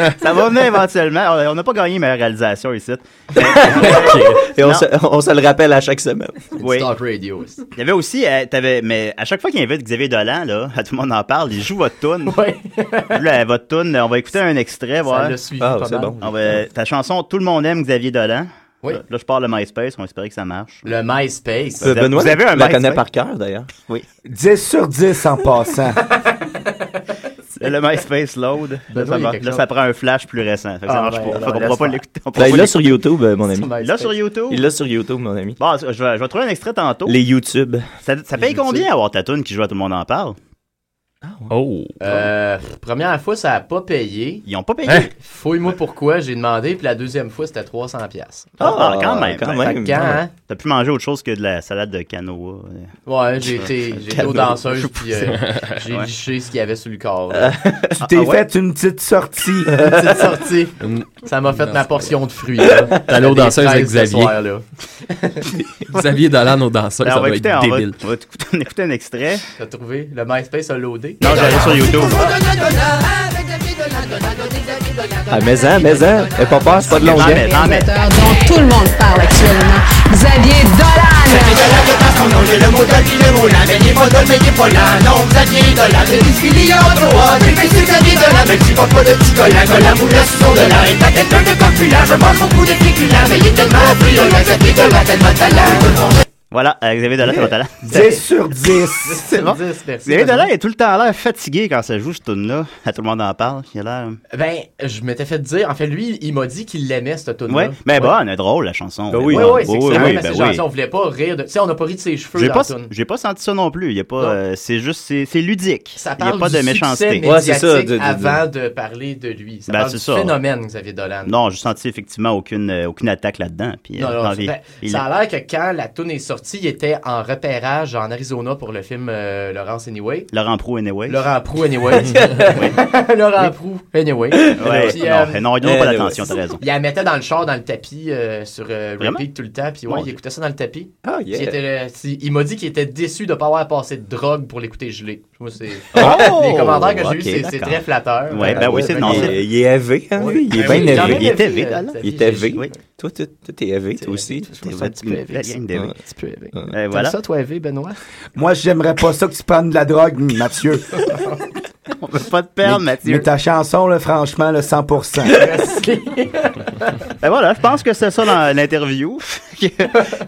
D: Ok.
A: Ça va venir éventuellement. On on n'a pas gagné ma réalisation ici.
F: Et on se, on se le rappelle à chaque semaine.
A: Oui.
D: Talk radio. aussi.
A: Il y avait aussi, euh, t'avais- mais à chaque fois qu'il invite Xavier Dolan, là, tout le monde en parle, il joue votre tune. votre tune, on va écouter un extrait, voir.
D: l'a suivi Ah, pas c'est mal. bon.
A: On va- ta chanson, Tout le monde aime Xavier Dolan.
D: Oui.
A: Là, je parle de MySpace, on espérait que ça marche.
D: Le MySpace.
A: Vous avez- vous avez
F: Euh,
A: un
F: la
A: MySpace?
F: connaît par cœur, d'ailleurs.
A: Oui.
G: 10 sur 10 en passant.
A: Le MySpace load. Là, ça,
G: Ben oui, il y a
A: marche-
G: quelque
A: là,
G: chose.
A: ça prend un flash plus récent. Fait que ça
F: Ah,
A: marche
F: ben,
A: pas.
F: ben,
A: Fait qu'on pourra
F: laisse
A: pas
F: faire.
A: l'écouter. on pourra
F: Ben, il
A: pas
F: l'a
A: l'écouter.
F: sur YouTube, euh, mon ami.
A: Il l'a sur YouTube?
F: Il l'a sur YouTube, mon ami.
A: Bon, je vais, je vais trouver un extrait tantôt.
F: Les YouTube.
A: Ça, ça paye combien avoir ta tune qui joue à Tout le monde en parle?
F: Ah,
E: Oh.
D: Euh, première fois, ça a pas payé. Hein?
A: Ils ont pas payé?
D: Fouille-moi pourquoi, j'ai demandé. Puis la deuxième fois, c'était 300$. piastres.
A: Ah, quand même.
D: Quand
A: Ouais.
D: même. Quand, hein?
A: T'as pu manger autre chose que de la salade de canoa.
D: Ouais, j'ai été, j'ai été aux
A: Canoa.
D: danseuses, puis euh, j'ai
A: Ouais. Ah,
D: liché ce qu'il y avait sur le corps.
G: Tu t'es fait une petite sortie.
D: une petite sortie. Ça m'a fait ma portion de fruits. là.
E: T'es allé aux
D: Des
E: danseuses avec
D: fraises ce
E: Xavier.
D: soir-là.
E: Xavier Dolan aux danseurs,
D: Ben, on
E: ça
D: va
E: va être
D: écouter, on va-
E: débile.
A: On va écouter, on écoute un extrait.
D: T'as trouvé? Le MySpace a loadé?
A: Non, j'allais sur YouTube.
F: Ah, mais hein, mais hein. Aie pas peur, c'est pas de
A: Non,
F: longueur.
A: mais- non, mais-
J: dont tout le monde parle actuellement, Xavier Dolan.
A: Voilà, euh, Xavier Dolan, c'est votre talent.
G: 10 sur 10.
A: C'est bon. Xavier Dolan est tout le temps à l'air fatigué quand ça joue, ce tune-là. À Tout le monde en parle. Il a l'air.
D: Ben, je m'étais fait dire. En fait, lui, il m'a dit qu'il l'aimait, cette tune
A: Ouais, mais bon, elle est drôle, la chanson.
D: oui,
A: Ben
D: oui,
A: bon.
D: oui, c'est
A: Oui,
D: extrêmement
A: oui,
D: assez
A: ben
D: gentil.
A: oui.
D: On voulait pas rire de. Tu sais, on n'a pas ri de ses cheveux
A: J'ai
D: dans
A: pas,
D: la toune.
A: j'ai pas senti ça non plus. Il y a pas, euh, c'est juste, c'est, c'est ludique.
D: Ça
A: Il y
D: parle
A: a pas
D: du
A: de méchanceté.
D: succès médiatique avant de parler de lui. Ça
A: Ben,
D: parle
A: c'est
D: du
A: ça.
D: phénomène, Xavier Dolan.
A: Non, j'ai senti effectivement aucune, euh, aucune attaque là-dedans. Puis,
D: Non,
A: euh,
D: non,
A: dans les-
D: ben,
A: il-
D: ça a l'air que quand la toune est sortie, sorti, il était en repérage en Arizona pour le film euh, Laurence Anyway.
A: Laurent Prou, anyway.
D: Laurent Prou, anyway. Laurent Prou, anyway. Eh,
A: Ouais, non, non, ils n'ont pas
D: anyway.
A: d'attention, t'as raison.
D: Il la mettait dans le char, dans le tapis, euh, sur euh,
A: Vraiment?
D: repeat tout le temps, puis ouais,
A: Mon
D: il écoutait ça dans le tapis.
A: Ah,
D: Puis
A: yeah.
D: Il, était, euh, si- il m'a dit qu'il était déçu de ne pas avoir passé de drogue pour l'écouter gelé. Moi, c'est...
A: Oh!
D: Les commentaires que j'ai eus,
A: Ok,
D: c'est- c'est
A: d'accord.
D: très flatteur.
A: Ouais, ben oui, c'est- non,
F: il,
A: c'est-
F: il est élevé, hein, lui. Il est
A: Ben
F: bien
A: oui, quand
F: élevé.
A: même, Il est élevé, euh, Alan.
F: Il est élevé. Toi, toi, toi, t'es élevé, toi aussi. T'es
A: un petit peu élevé, la gang d'élevé.
F: Ouais.
A: Un
D: petit peu élevé.
F: Ouais.
A: Et voilà.
D: ça, toi, Eve, Benoît?
G: Moi, j'aimerais pas ça que tu prennes de la drogue, Mathieu.
A: On veut pas te perdre,
G: mais,
A: Mathieu.
G: mais ta chanson, là, franchement, le 100%.
A: Ben voilà, je pense que c'est ça dans l'interview.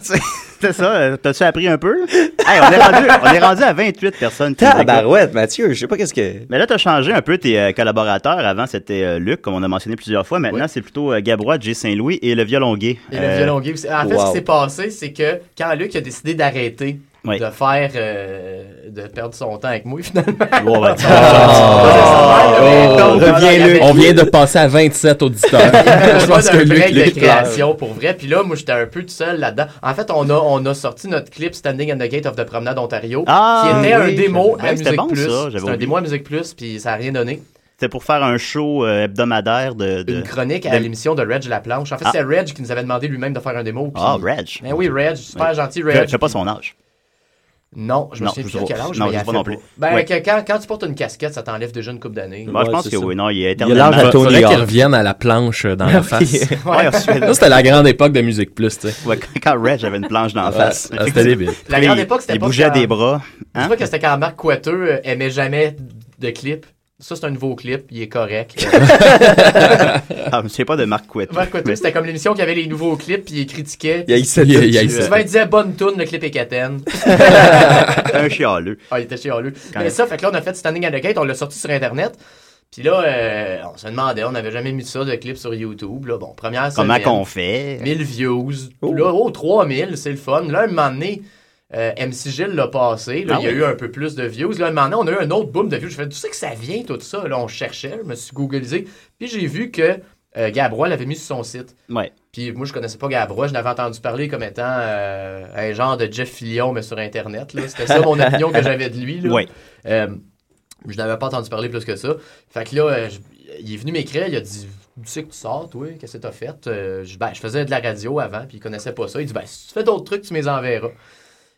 A: c'est ça, euh, t'as-tu appris un peu? Hey, on, est rendu, on est rendu à 28 personnes.
F: Tabarouette, Mathieu, je sais pas qu'est-ce que...
A: Mais là, t'as changé un peu tes euh, collaborateurs. Avant, c'était euh, Luc, comme on a mentionné plusieurs fois. Maintenant, c'est plutôt euh, Gabrois, J. Saint-Louis et le violon gay.
D: Et
A: Euh,
D: le violon gay aussi. Ah, En fait, ce
A: wow.
D: qui s'est passé, c'est que quand Luc a décidé d'arrêter
A: Oui.
D: de faire. euh, de perdre son temps avec moi, finalement.
A: Ouais,
E: Ah.
A: ouais.
D: Pas nécessairement, mais donc, voilà, il y avait-
E: On vient de passer à 27 auditeurs.
D: Il y avait
E: Je
D: pas
E: pense
D: d'un
E: que
D: break
E: Luc,
D: de
E: Luc pleure.
D: création pour vrai. Puis là, moi, j'étais un peu tout seul là-dedans. En fait, on a, on a sorti notre clip Standing at the Gate of the Promenade Ontario,
A: Ah,
D: qui était
A: oui,
D: un démo
A: j'avais-
D: à
A: ben, c'était
D: Musique
A: bon,
D: Plus.
A: ça, j'avais
D: C'était un
A: oublié.
D: démo à Musique Plus, puis ça n'a rien donné.
A: C'était pour faire un show euh, hebdomadaire de, de-
D: Une chronique
A: de-
D: à l'émission de Reg Laplanche. En fait,
A: Ah.
D: c'est Reg qui nous avait demandé lui-même de faire un démo. puis-
A: Ah, Reg.
D: Ben oui, Reg, super
A: Ouais.
D: gentil,
A: Je
D: Reg.
A: je sais pas son âge.
D: Non, je me
A: Non,
D: souviens
A: je
D: plus à quel
A: sais
D: âge,
A: pas.
D: mais
A: Non,
D: il
A: je
D: a
A: sais pas
D: fait
A: non plus.
D: pas. Ben,
A: Ouais.
D: que quand, quand tu portes une casquette, ça t'enlève déjà une coupe d'année.
A: Moi, je pense que oui. Non, il est
E: Il a l'âge
A: éternellement-
E: de Tony Faudrait qu'il revienne à la planche euh, dans la face.
A: Ouais, on se fait-
E: Ça, c'était la grande époque de Musique Plus, tu sais.
A: Ouais, quand- quand Reg j'avais une planche d'en
E: Ouais,
A: face.
E: ah, c'était débile.
D: La grande époque, c'était
A: Il
D: pas
A: bougeait
D: quand-
A: des bras. hein?
D: Dis pas que c'était quand Marc Coiteux euh, aimait jamais de clip. Ça, c'est un nouveau clip, il est correct.
A: Ah, je me souviens pas de Marc Couette.
D: Marc Coiteux, c'était comme l'émission qui avait les nouveaux clips, puis il critiquait.
A: Il haïssait tout. Il haïssait
D: Souvent,
A: tout.
D: il disait bonne tune, le clip est catène.
A: un chialeux.
D: Ah, il était chialeux.
A: Quand
D: Mais
A: même.
D: ça, fait que là, on a fait Standing at the Gate, on l'a sorti sur Internet. Puis là, euh, on se demandait, on n'avait jamais mis ça de clip sur YouTube. Là. Bon, première
A: Comment
D: semaine,
A: qu'on fait?
D: 1000 views. Puis Là, oh, 3000, c'est le fun. Là, un moment donné, euh, MC Gilles l'a passé. Là,
A: Ah
D: il y a
A: oui.
D: eu un peu plus de views. Là, un moment donné, on a eu un autre boom de views. Je fais, tu sais que ça vient, tout ça? Là, on cherchait, je me suis googlisé. Puis j'ai vu que euh, Gabrois l'avait mis sur son site.
A: Ouais.
D: Puis moi, je connaissais pas Gabrois. Je n'avais entendu parler comme étant euh, un genre de Jeff Fillion, mais sur Internet. là. C'était ça mon opinion que j'avais de lui. là.
A: Ouais.
D: Euh, je n'avais pas entendu parler plus que ça. Fait que là, euh, je- il est venu m'écrire, il a dit Tu sais que tu sors, toi, qu'est-ce que t'as fait Euh, je, ben, je faisais de la radio avant, puis il connaissait pas ça. Il dit Ben, si tu fais d'autres trucs, tu me les enverras.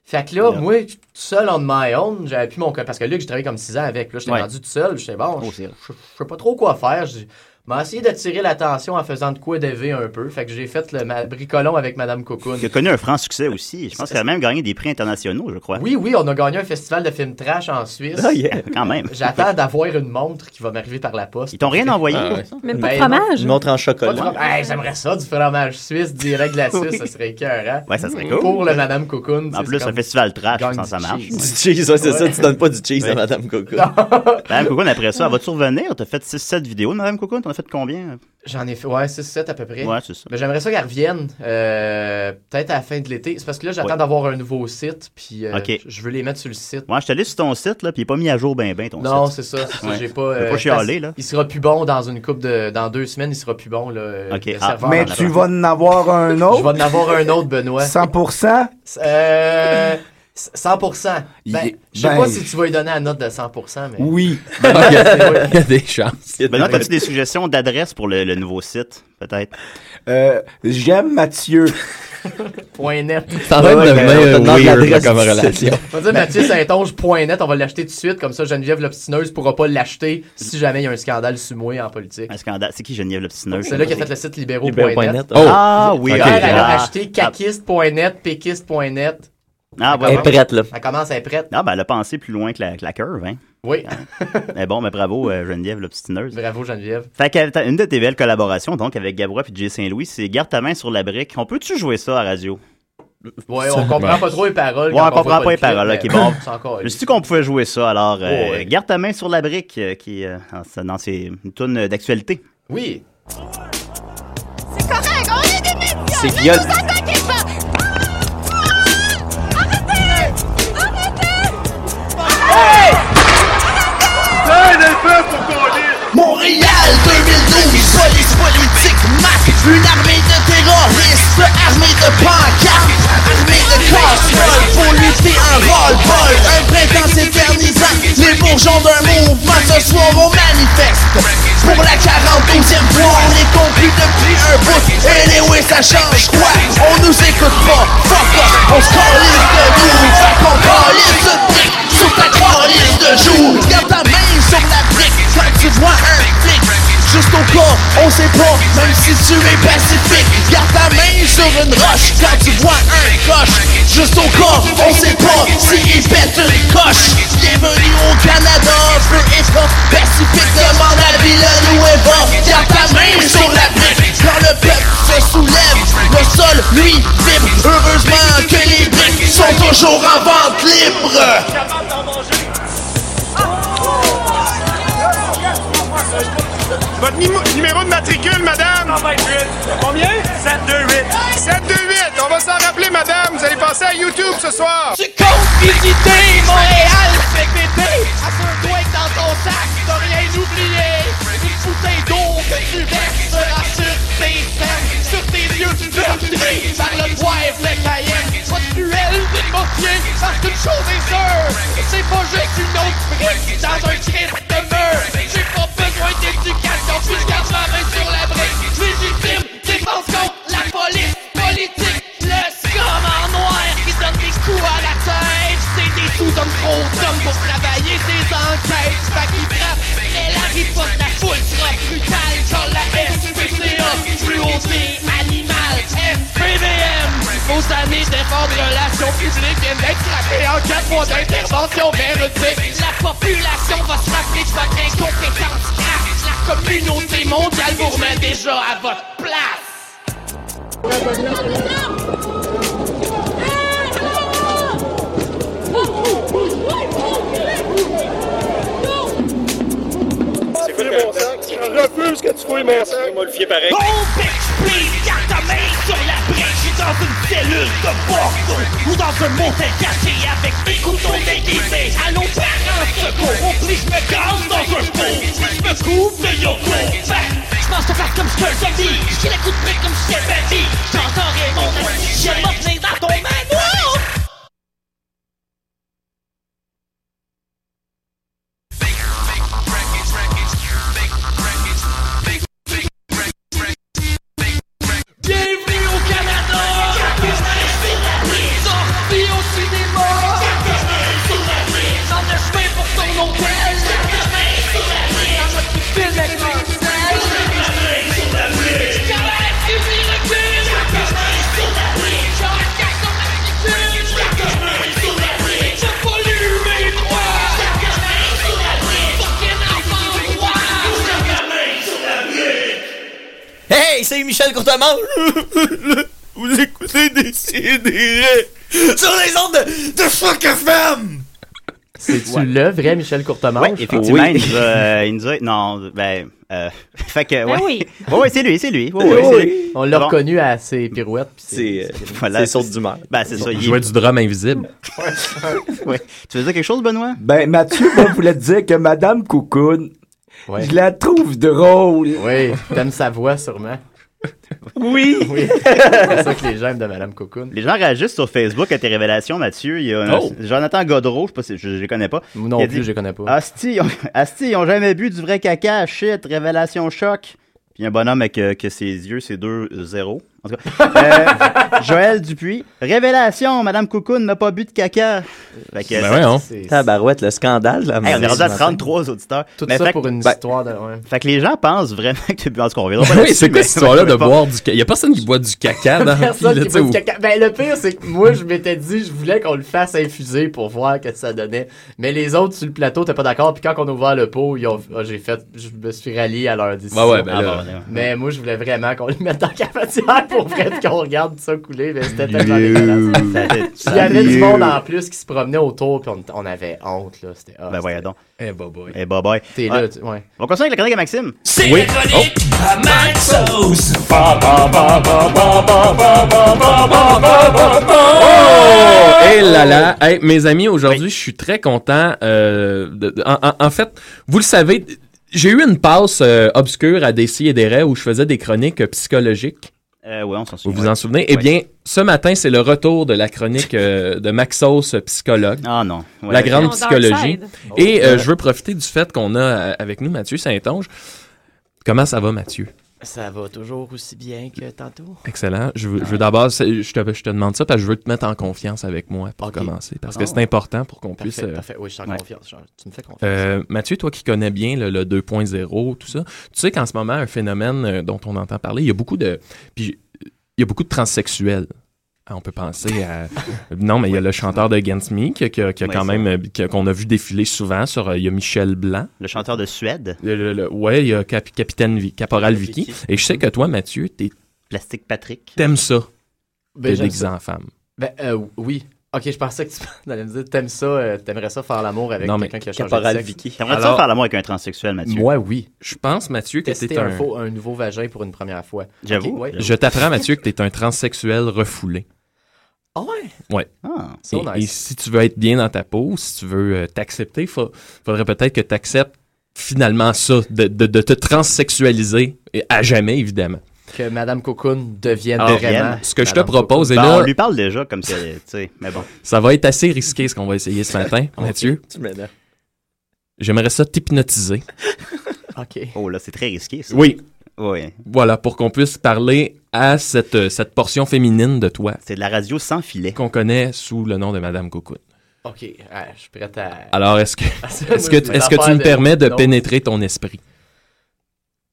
D: Fait que là,
A: Yeah.
D: moi, tout seul on my own, j'avais plus mon code. Parce que Luc, j'ai travaillé comme 6 ans avec. Là, j'étais
A: Ouais.
D: rendu tout seul. J'étais
A: Oh,
D: bon, je je- je sais pas trop quoi faire. J'ai m'a essayé d'attirer l'attention en faisant de quoi d'élevé un peu. Fait que j'ai fait le ma- bricolon avec Madame Cocoon.
A: Il a connu un franc succès aussi. Je pense qu'il a même gagné des prix internationaux, je crois.
D: Oui, oui, on a gagné un festival de films trash en Suisse.
A: Ah, yeah, quand même.
D: J'attends d'avoir une montre qui va m'arriver par la poste.
A: Ils t'ont rien envoyé
D: Ah,
A: pour
D: ouais.
A: ça?
D: Même pas de Ben non. fromage? Une
F: montre en
D: Pas
F: chocolat.
D: de problème. Hey, J'aimerais ça, du fromage suisse direct de la Suisse,
F: Oui.
D: ça serait écœurant.
A: Ouais, ça serait cool.
D: Pour le Madame Cocoon. tu
A: En
D: sais,
A: plus,
D: c'est
A: un
D: comme-
A: festival trash,
D: gagne
A: ça, ça
D: du
A: marche.
D: cheese.
F: Du cheese, ouais, c'est ça, tu donnes pas du cheese à
A: Ouais.
F: Madame Coco.
A: Madame Cocoon, après ça, elle va-tu revenir? T'as fait 6-7 vidéos de Madame Cocoon? T'en as fait combien?
D: J'en ai fait, ouais, 6-7 à peu près.
A: Ouais, c'est ça.
D: Mais j'aimerais ça qu'elle revienne, euh, peut-être à la fin de l'été. C'est parce que là, j'attends
A: Ouais.
D: d'avoir un nouveau site, puis euh,
A: Ok.
D: je veux les mettre sur le site.
A: Ouais, je suis allé sur ton site, là, puis il est pas mis à jour ben ben ton
D: Non,
A: site.
D: c'est ça. c'est ça,
A: Ouais.
D: J'ai pas.
A: Faut
D: euh,
A: pas chialer,
D: parce-
A: là.
D: Il sera plus bon dans une coupe de. Dans deux semaines, il sera plus bon, là. euh,
A: Ok,
D: le
A: ah,
D: serveur
G: mais
D: en
G: tu
D: avant.
G: vas en avoir un autre.
D: Je vais en avoir un autre, Benoît.
G: 100%?
D: Euh, 100%. Ben,
G: Il-
D: je sais
G: ben-
D: pas si tu vas lui donner la note de 100%, mais. Ben,
G: Oui.
E: Il y a des chances.
A: Benoît, as-tu Ben des suggestions d'adresse pour le, le nouveau site, peut-être?
G: Euh, J'aime Mathieu.
D: Point net.
E: Ça va
G: Ouais,
E: devenir
G: ben, on te demande
E: weird,
G: l'adresse
E: là, comme
G: du
E: relation.
G: site.
D: On va dire Mathieu Saint-Onge.net, on va l'acheter tout de suite, comme ça Geneviève l'obstineuse pourra pas l'acheter si jamais il y a un scandale sumoué en politique.
A: Un scandale. C'est qui Geneviève L'Obstineuse?
D: C'est là qu'il a fait le site libéraux.net.
A: Libéraux.net. Oh. Ah, oui,
D: Hier,
A: ok.
D: elle a
A: Ah.
D: acheté caquiste.net, péquiste.net.
A: Ah, ouais,
D: Elle
A: ouais.
D: commence- Elle commence à être prête.
A: Ah, ben, elle a pensé plus loin que la, que la curve, hein?
D: Oui.
A: Mais bon, mais bravo, euh, Geneviève L'Obstineuse.
D: Bravo, Geneviève.
A: Fait que, t'as une de tes belles collaborations, donc, avec Gabrois et Jay Saint-Louis, c'est Garde ta main sur la brique. On peut-tu jouer ça à radio?
D: Ouais, on comprend pas trop les paroles.
A: Ouais,
D: quand
A: on comprend
D: voit
A: pas les
D: le clip,
A: paroles.
D: mais
A: Ok, bon.
D: c'est encore-
A: Je me suis dit qu'on pouvait jouer ça, alors. euh,
D: Ouais, ouais.
A: Garde ta main sur la brique, euh, qui. euh, c'est- non, c'est une tourne d'actualité.
D: Oui.
B: C'est correct, on est des médias!
A: C'est
B: ne
A: viol-
B: nous attaquez pas! Ah! Arrêtez! Arrêtez! Montréal 2012, police politique, Mac, une armée de terroristes, armée de pancartes, armée de casse
I: Moi, on est compris depuis un bout. Anyway, ça change quoi? On nous écoute pas. Fuck off. On se calisse de nous. Fait qu'on calisse ce brick sur ta calisse de joue. Garde ta main sur la brique quand tu vois un flic. Juste au cas, on sait pas, même si tu es pacifique. Garde ta main sur une roche quand tu vois un coche. Juste au cas, on sait pas si il pète une coche. Bienvenue au Canada, peu hip-hop pacifique. Demande à Villeneuve, garde ta main sur la brique. Quand le peuple se soulève, le sol lui vibre. Heureusement que les briques sont toujours en vente libre.
K: Votre nimo- numéro de matricule, madame? 128. Combien? 728. 728. On va s'en rappeler, madame. Vous allez passer à YouTube ce soir.
I: Tu comptes visiter Montréal cet été? Assure-toi que dans ton sac, t'as rien oublié. Une bouteille d'eau que tu verseras sur tes scènes, sur tes lieux meurtris par le poivre, le cayenne. Pas de duel, ni de mortier, parce qu'une chose est sûre, c'est pas juste une autre brique dans un Christ de mur. J'ai pas besoin d'éducation, puis je garde ma main sur la brique. Légitime, défense contre la police, politique, le scum en noir qui donne des coups à la tête. C'est des sous-hommes trop d'hommes pour travailler des enquêtes. Fait qu'ils frappent, mais la riposte, la foule sera brutale quand la SPCA, plus haut animal, FPVM. Aux années d'efforts de relations publiques viennent d'être frappées en quatre mois d'intervention vérité. La population va se rappeler de votre incompétence crasse. La communauté mondiale vous remet déjà à votre place.
K: C'est quoi le bon sens? Je refuse que tu fouilles mon sang. Je vais modifier pareil.
I: Oh bitch, please, garde ta main sur la brique. J'suis dans une cellule de Bordeaux ou dans un motel caché avec des couteaux déguisés. Allons par un secours. Oh please, j'me casse dans un pot. J'me couvre de yoko. J'pense te faire comme j'te le dis. J'ai la coups de brique comme j'étais ma vie. J'entends Raymond. Je m'obtenir dans ton manoir. Bienvenue au Canada! Sortie au cinéma! Dans le chemin pour ton hôtel! Dans notre film avec Marcel! J'arrête de vivre le film! J'arrête de faire comme l'habitude! J'ai pollué mes droits! Fucking enfant roi!
L: Hey, c'est Michel Courtemanche! Vous écoutez des sidérés sur les ondes de, de Choc FM!
D: C'est-tu le vrai Michel Courtemanche?
A: Ouais, effectivement,
D: Oui.
A: il, nous a, euh, il nous a- Non, ben. euh, fait
E: Ben
A: que. Ouais.
D: Ben oui.
A: Ouais, ouais, c'est lui, c'est lui. Ouais,
D: Oui,
A: ouais, c'est
D: oui.
A: lui.
D: On l'a
A: Bon,
D: reconnu à ses pirouettes. puis
A: C'est. euh, Voilà.
F: ses sautes d'humeur.
A: Ben, c'est ça.
E: Il
A: il-
E: jouait du drum invisible.
A: Ouais. Tu veux dire quelque chose, Benoît?
G: Ben, Mathieu moi, voulait dire que Madame Coucoune,
D: Ouais.
G: je la trouve drôle.
D: Oui, t'aimes sa voix Ah, sûrement.
A: Oui!
D: C'est ça que les gens aiment de Madame Cocoon.
A: Les gens réagissent sur Facebook à tes révélations, Mathieu. Il y a un-
D: Oh.
A: Jonathan Godreau, je sais pas si je, je les connais pas.
D: Non
A: Il a Ah,
D: plus, je les connais pas.
A: Asti, ils ont- Asti, ils ont jamais bu du vrai caca, shit, révélation choc. Puis un bonhomme avec euh, que ses yeux, c'est 2-0. En tout cas, euh, Joël Dupuis, révélation, Madame Coucoune n'a pas bu de caca. Fait que
F: Ben
A: ça-
F: voyons.
A: c'est-
F: Tabarouette, le scandale.
E: Ah,
F: Là,
A: Hey, on est rendu à
F: matin.
A: 33 auditeurs.
F: Tout ça pour
D: une
A: histoire
D: de.
A: ben, Fait que les gens pensent vraiment que tu bu. En tout cas, on verra pas
E: oui,
A: là-dessus,
E: c'est
A: mais-
E: quoi cette histoire-là
A: mais
E: de
A: pas-
E: boire du caca? Il y a personne qui boit du caca dans
D: Personne
E: là,
D: qui
E: tu sais,
D: veut du
E: ou-
D: caca. Ben, le pire, c'est que moi, je m'étais dit, je voulais qu'on le fasse infuser pour voir que ça donnait. Mais les autres sur le plateau, t'es pas d'accord. Puis quand on a ouvert le pot, ils ont- ah, j'ai fait, je me suis rallié à leur décision.
E: Ouais, ouais, ben
D: Ah,
E: là.
D: bon, Mais moi, je voulais vraiment qu'on le mette dans la cafetière Ah, pour vrai puis qu'on regarde ça couler. Mais c'était tellement
A: Ça fait-
D: dégueulasse. Puis Il y
A: ça
D: avait du
A: fait-
D: monde en plus qui se promenait autour, puis on, on avait honte, là. C'était
A: Ben, voyons donc.
D: Eh, boboy.
A: Eh, bye bye.
D: T'es là, tu- ouais.
A: On continue avec la chronique à Maxime.
D: C'est Oui. la chronique
A: à Maxos.
E: Oh, hey là là, Hey, mes amis, aujourd'hui, je suis très content. euh, de- de- en, en- en fait, vous le savez, j'ai eu une passe euh, obscure à Dessy et des Raies où je faisais des chroniques euh, psychologiques.
A: Euh, ouais, on s'en
E: Vous
A: souvient.
E: vous en souvenez? Eh bien, ce matin, c'est le retour de la chronique euh, de Maxos, euh, psychologue.
A: Ah non. Ouais,
E: la
A: ok.
E: grande
A: Non,
E: psychologie.
A: Dark Side.
E: Et
A: Oh.
E: euh, je veux profiter du fait qu'on a euh, avec nous Mathieu Saint-Onge. Comment ça va, Mathieu?
M: Ça va toujours aussi bien que tantôt.
E: Excellent. Je veux, je veux d'abord, c'est- je te, je te demande ça parce que je veux te mettre en confiance avec moi pour commencer. Parce que
M: Ah.
E: c'est important pour qu'on
M: Parfait,
E: puisse. euh,
M: parfait. Oui, je suis en
E: ouais.
M: confiance. Je- tu me fais confiance.
E: Euh, Mathieu, toi qui connais bien le, le 2.0, tout ça, tu sais qu'en ce moment, un phénomène euh, dont on entend parler, il y a beaucoup de. Puis, euh, il y a beaucoup de transsexuels. Ah, On peut penser à. Non, mais il y a le chanteur de Against Me qui, qui- qui a
A: Ouais,
E: quand
A: ça.
E: même. euh, qui- qu'on a vu défiler souvent sur. euh, Il y a Michel Blanc.
A: Le chanteur de Suède.
E: ouais, il y a Cap- Capitaine Vi- Caporal Vicky. Et je sais que toi, Mathieu, t'es.
A: Plastique Patrick.
E: T'aimes ça.
A: Ben,
E: T'es
A: j'aime
E: déguisé
A: ça.
E: en femme.
D: Ben euh, oui. Ok, je pensais que tu allais me dire, t'aimes ça, euh, t'aimerais ça faire l'amour avec
E: Non, mais
D: quelqu'un qui a changé
E: Caporal
D: de sexe.
E: Vicky. T'aimerais-tu ça faire l'amour avec un
A: transsexuel,
E: Mathieu? Moi, oui. Je pense, Mathieu, que
D: Tester
E: t'es
D: un,
E: un-
D: faux- un nouveau vagin pour une première fois. Ok, ouais.
E: Je t'apprends, Mathieu, que t'es un transsexuel refoulé.
D: Ah ouais?
E: Ouais.
D: Ah,
E: et,
D: so nice.
E: et si tu veux être bien dans ta peau, si tu veux euh, t'accepter, fa- faudrait peut-être que tu acceptes finalement ça, de, de- de te transsexualiser, et à jamais évidemment.
D: Que Madame Cocoon devienne
E: Ah,
D: vraiment.
E: ce que je te
D: Madame
E: propose, et
D: Cocoon.
E: là,
A: Ben, On lui parle déjà comme ça, tu sais, mais Ah bon.
E: ça va être assez risqué ce qu'on va essayer ce matin,
A: Ok.
E: Mathieu.
A: Tu m'énerves.
E: J'aimerais ça t'hypnotiser.
D: OK.
A: Oh là, c'est très risqué, ça.
E: Oui.
A: Oui.
E: Voilà, pour qu'on puisse parler à cette, euh, cette portion féminine de toi.
A: C'est de la radio sans filet.
E: Qu'on connaît sous le nom de Madame Cocoon.
D: Ok, ah, je suis prêt à.
E: Alors, est-ce que,
D: Ah, ça,
E: est-ce que,
D: moi,
E: est-ce
D: c'est
E: que
D: l'affaire
E: tu me permets de
D: Non.
E: pénétrer ton esprit?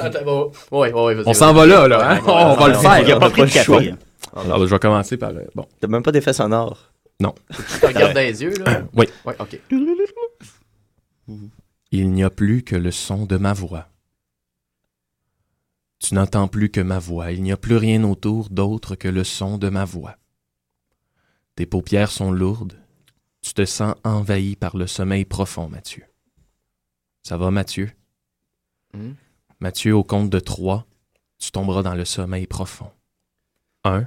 D: Attends, bon, ouais, ouais, ouais, vas-y,
E: On
D: vas-y.
E: s'en va là, là. hein?
D: Ouais,
E: On
D: ouais, ouais,
E: va le
D: ouais,
E: faire.
D: ouais, ouais, ouais, ouais, ouais.
E: Alors, je vais commencer par. euh, Bon.
F: T'as même pas d'effet sonore.
E: Non.
D: Tu te regardes dans les yeux, là?
E: Oui.
D: Ouais, ok.
E: Il n'y a plus que le son de ma voix. Tu n'entends plus que ma voix. Il n'y a plus rien autour d'autre que le son de ma voix. Tes paupières sont lourdes. Tu te sens envahi par le sommeil profond, Mathieu. Ça va, Mathieu?
D: Hmm.
E: Mathieu, au compte de trois, tu tomberas dans le sommeil profond. Un,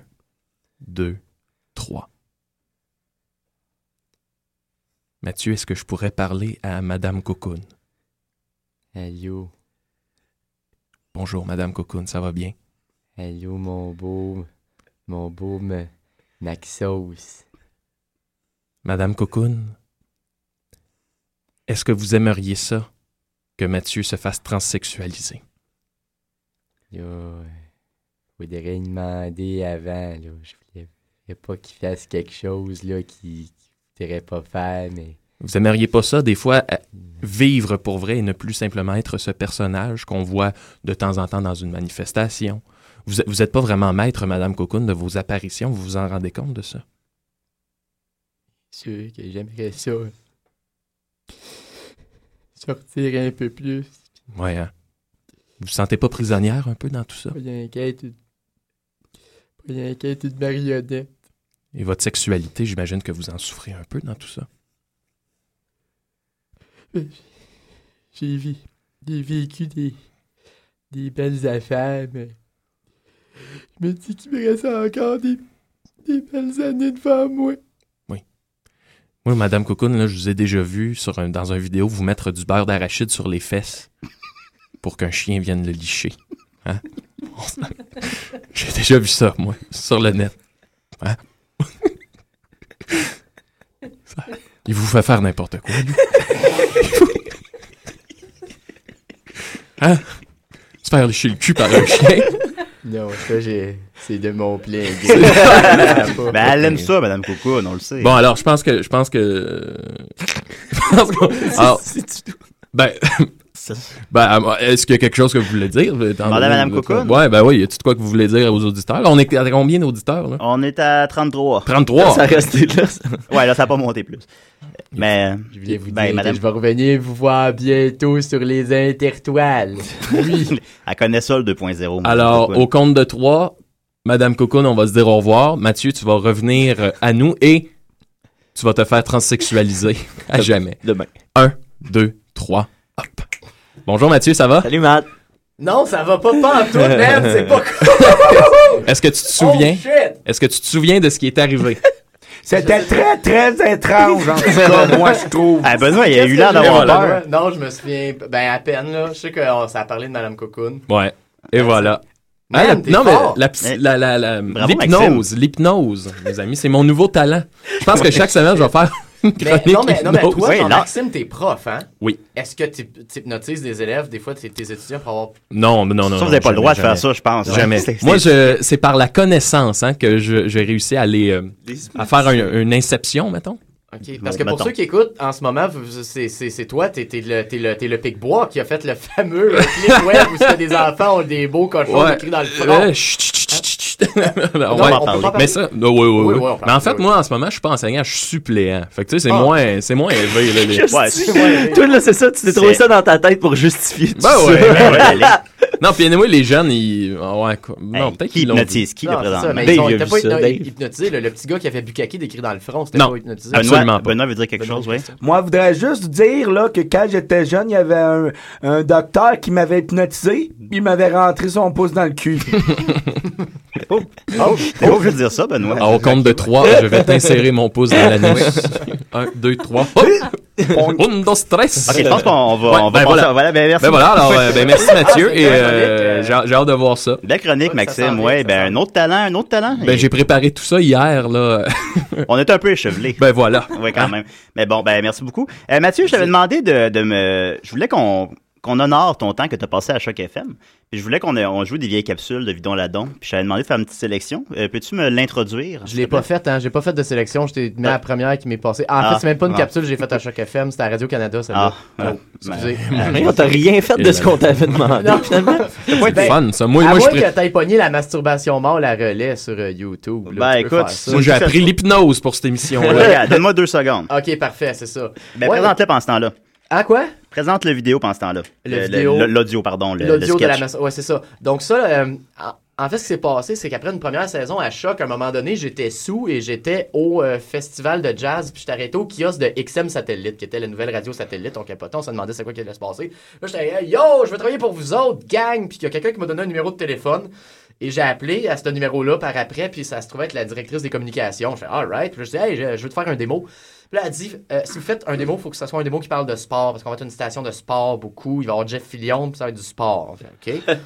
E: deux, trois. Mathieu, est-ce que je pourrais parler à Madame Cocoon?
D: Hello.
E: Bonjour, Madame Cocoon, ça va bien?
D: Hello, mon beau. Mon beau me- Maxos.
E: Madame Cocoon, est-ce que vous aimeriez ça, que Mathieu se fasse transsexualiser?
D: Là, euh, faudrait lui demander avant, là. Je voulais, voulais pas qu'il fasse quelque chose, là, qu'il ne voudrait pas faire, mais.
E: Vous aimeriez pas ça, des fois, à- vivre pour vrai et ne plus simplement être ce personnage qu'on voit de temps en temps dans une manifestation? Vous n'êtes pas vraiment maître, Madame Cocoon, de vos apparitions, vous vous en rendez compte de ça?
D: sûr que j'aimerais ça. Sortir un peu plus.
E: Ouais, hein? Vous vous sentez pas prisonnière un peu dans tout ça?
D: Pas d'inquiète. Pas d'inquiète, une marionnette.
E: Et votre sexualité, j'imagine que vous en souffrez un peu dans tout ça.
D: J'ai vi- j'ai vécu des, des belles affaires, mais je me dis qu'il me reste encore des, des belles années devant moi.
E: Moi, Madame Cocoon, là, je vous ai déjà vu sur un- dans une vidéo vous mettre du beurre d'arachide sur les fesses pour qu'un chien vienne le licher. Hein? On s'en- J'ai déjà vu ça, moi, sur le net. Hein? Ça- Il vous fait faire n'importe quoi, lui. hein? Se faire licher le cul par un chien.
D: Non, ça, j'ai- c'est de mon plein gré.
E: C'est-
A: Ben, elle aime ça, Madame Cocoon, on le sait.
E: Bon, alors, je pense que. Je pense que. Je pense qu'on- alors, ben. ben, à moi, est-ce qu'il y a quelque chose que vous voulez dire? Demandez
A: Demandez à Madame Cocoon.
E: Ouais, ben oui, y a-tu de quoi que vous voulez dire aux auditeurs? On est à combien d'auditeurs, là?
A: On est à 33.
E: 33. Ça a resté
A: là. Ouais, là, ça n'a pas monté plus. Mais.
D: Je voulais vous
A: ben,
D: dire
A: Madame-
D: que je vais revenir vous voir bientôt sur les intertoiles. Oui.
A: Elle connaît ça, le 2.0. Madame
E: Alors,
A: Cocoon.
E: au compte de trois, Madame Cocoon, on va se dire au revoir. Mathieu, tu vas revenir euh, à nous et tu vas te faire transsexualiser à jamais.
F: Demain.
E: Un, deux, trois, hop. Bonjour Mathieu, ça va?
F: Salut Matt.
D: non, ça va pas pas en tout, man, c'est pas
E: Est-ce que tu te souviens?
D: Oh, shit!
E: Est-ce que tu te souviens de ce qui est arrivé?
G: C'était très, très étrange, en tout cas, moi, je trouve.
A: Ah, Benoît, il a eu l'air
D: Qu'est-ce que
A: d'avoir
D: je me
A: peur.
D: souviens? Non, je me souviens ben à peine là. Je sais que oh, ça a parlé de Madame Cocoon.
E: Ouais. Et voilà.
D: Man,
E: Ah, la-
D: t'es
E: non, mais
D: fort.
E: la psy- la- la- la-
A: Bravo,
E: l'hypnose, l'hypnose, mes amis, c'est mon nouveau talent. Je pense que chaque semaine, je vais faire
D: Mais, non, mais, non, mais
E: hypnose.
D: toi,
E: Oui,
D: ton
E: là-
D: Maxime, t'es prof, hein?
E: Oui.
D: Est-ce que tu tu hypnotises des élèves, des fois, tes, tes étudiants pour avoir.
E: Non, non, non.
D: Ça,
E: non,
D: vous
E: non,
D: avez pas
E: jamais,
D: le droit de faire
E: jamais.
D: ça, je pense. hein.
E: Jamais.
D: C'est- c'est-
E: Moi, je, c'est par la connaissance hein, que je- j'ai réussi à aller euh, à faire un- une inception, mettons.
D: OK, Parce que
E: Mettons.
D: pour ceux qui écoutent, en ce moment, vous- c'est c'est- c'est toi, t'es t'es le, t'es le, t'es le pic-bois qui a fait le fameux euh, clip web où c'était des enfants ont des beaux cochons
E: Ouais.
D: écrits dans le front.
E: Ouais, Euh, chut, chut, chut, chut, chut. Ouais.
D: Non, mais on peut pas parler.
E: Mais ça, oui, oui,
D: Oui,
E: oui.
D: oui, on peut
E: Mais en fait, moi, en ce moment, je suis pas enseignant, je suis suppléant. Fait que tu sais, c'est
F: Ah.
E: moins, c'est moins élevé. Là, les...
F: Ouais, Toi, là, c'est ça, tu t'es trouvé
E: C'est-
F: ça dans ta tête pour justifier tout
E: Ben ouais,
F: ça.
E: ben ouais. non, puis anyway, les jeunes, ils. ah ouais, quoi. Non, peut-être qu'ils l'ont vu.
D: Non, c'est ça, mais ils ont- t'as pas hypno- hypnotisé. Le, le petit gars qui avait Bukaki décrit dans le front, c'était pas hypnotisé.
A: Benoît veut dire quelque chose, oui.
G: Moi, je voudrais juste dire là, que quand j'étais jeune, il y avait un, un docteur qui m'avait hypnotisé, puis il m'avait rentré son pouce dans le cul.
A: Oh, t'es pas obligé de dire ça, Benoît.
E: Ah, Au compte de trois, je vais t'insérer mon pouce dans l'anus. Un, deux, trois. Hop! Un, dos, stress.
A: Ok, je pense qu'on va- on va passer- voilà, ben, merci.
E: Ben voilà, alors, euh, ben, merci Mathieu.
A: Ah, c'est
E: et
A: une belle
E: euh, j'ai j'ai hâte de voir ça.
A: Belle chronique, Maxime. Ouais, ben un autre talent, un autre talent.
E: Ben, j'ai préparé tout ça hier, là.
A: On est un peu échevelé.
E: Ben voilà.
A: Oui, quand même. Mais bon, ben merci beaucoup. Euh, Mathieu, je t'avais demandé de, de me. Je voulais qu'on qu'on honore ton temps que tu as passé à Choc FM. Puis je voulais qu'on ait- on joue des vieilles capsules de Vidon Ladon. Puis je t'avais demandé de faire une petite sélection. Euh, Peux-tu me l'introduire?
D: Je l'ai pas faite, hein. J'ai pas fait de sélection. J'étais mis à la première qui m'est passée. En
A: Ah.
D: fait, c'est même pas une
A: Ah.
D: capsule, j'ai faite à Choc FM. C'était à Radio-Canada, ça. là.
A: Ah.
D: Oh, excusez.
F: Ben, Moi, t'as rien fait de ce qu'on t'avait demandé.
D: Non.
F: finalement.
E: C'est pas
D: Ben,
E: fun, ça. Moi,
D: à
E: moi, je
D: moins
E: pré-
D: que t'aies pogné la masturbation mort, la relais sur euh, YouTube.
A: Ben,
D: là, tu peux
A: écoute,
D: faire ça.
E: Moi, j'ai appris l'hypnose pour cette émission-là.
A: Regarde, Ah, Donne-moi deux secondes.
D: Ok, parfait, c'est ça.
A: Ben,
D: Ouais,
A: présente-le pendant ce temps-là.
D: Ah, quoi?
A: Présente le vidéo pendant ce temps-là.
D: Le
A: Euh,
D: vidéo.
A: le- L'audio, pardon. le- le
D: L'audio de la
A: sketch.
D: masse. Ouais, c'est ça. Donc, ça, euh, en, en fait, ce qui s'est passé, c'est qu'après une première saison à Choc, à un moment donné, j'étais sous et j'étais au euh, festival de jazz, puis j'étais arrêté au kiosque de XM Satellite, qui était la nouvelle radio satellite. On capotait, on se demandait c'est quoi qui allait se passer. Là, j'étais euh, Yo, je veux travailler pour vous autres, gang! Puis il y a quelqu'un qui m'a donné un numéro de téléphone. Et j'ai appelé à ce numéro-là par après, puis ça se trouvait être la directrice des communications. Je fais, alright. Puis là, je dis, hey, je, je veux te faire un démo. Puis là, elle dit, Euh, si vous faites un démo, il faut que ce soit un démo qui parle de sport, parce qu'on va être une station de sport beaucoup. Il va y avoir Jeff Fillion, puis ça va être du sport. On fait, OK.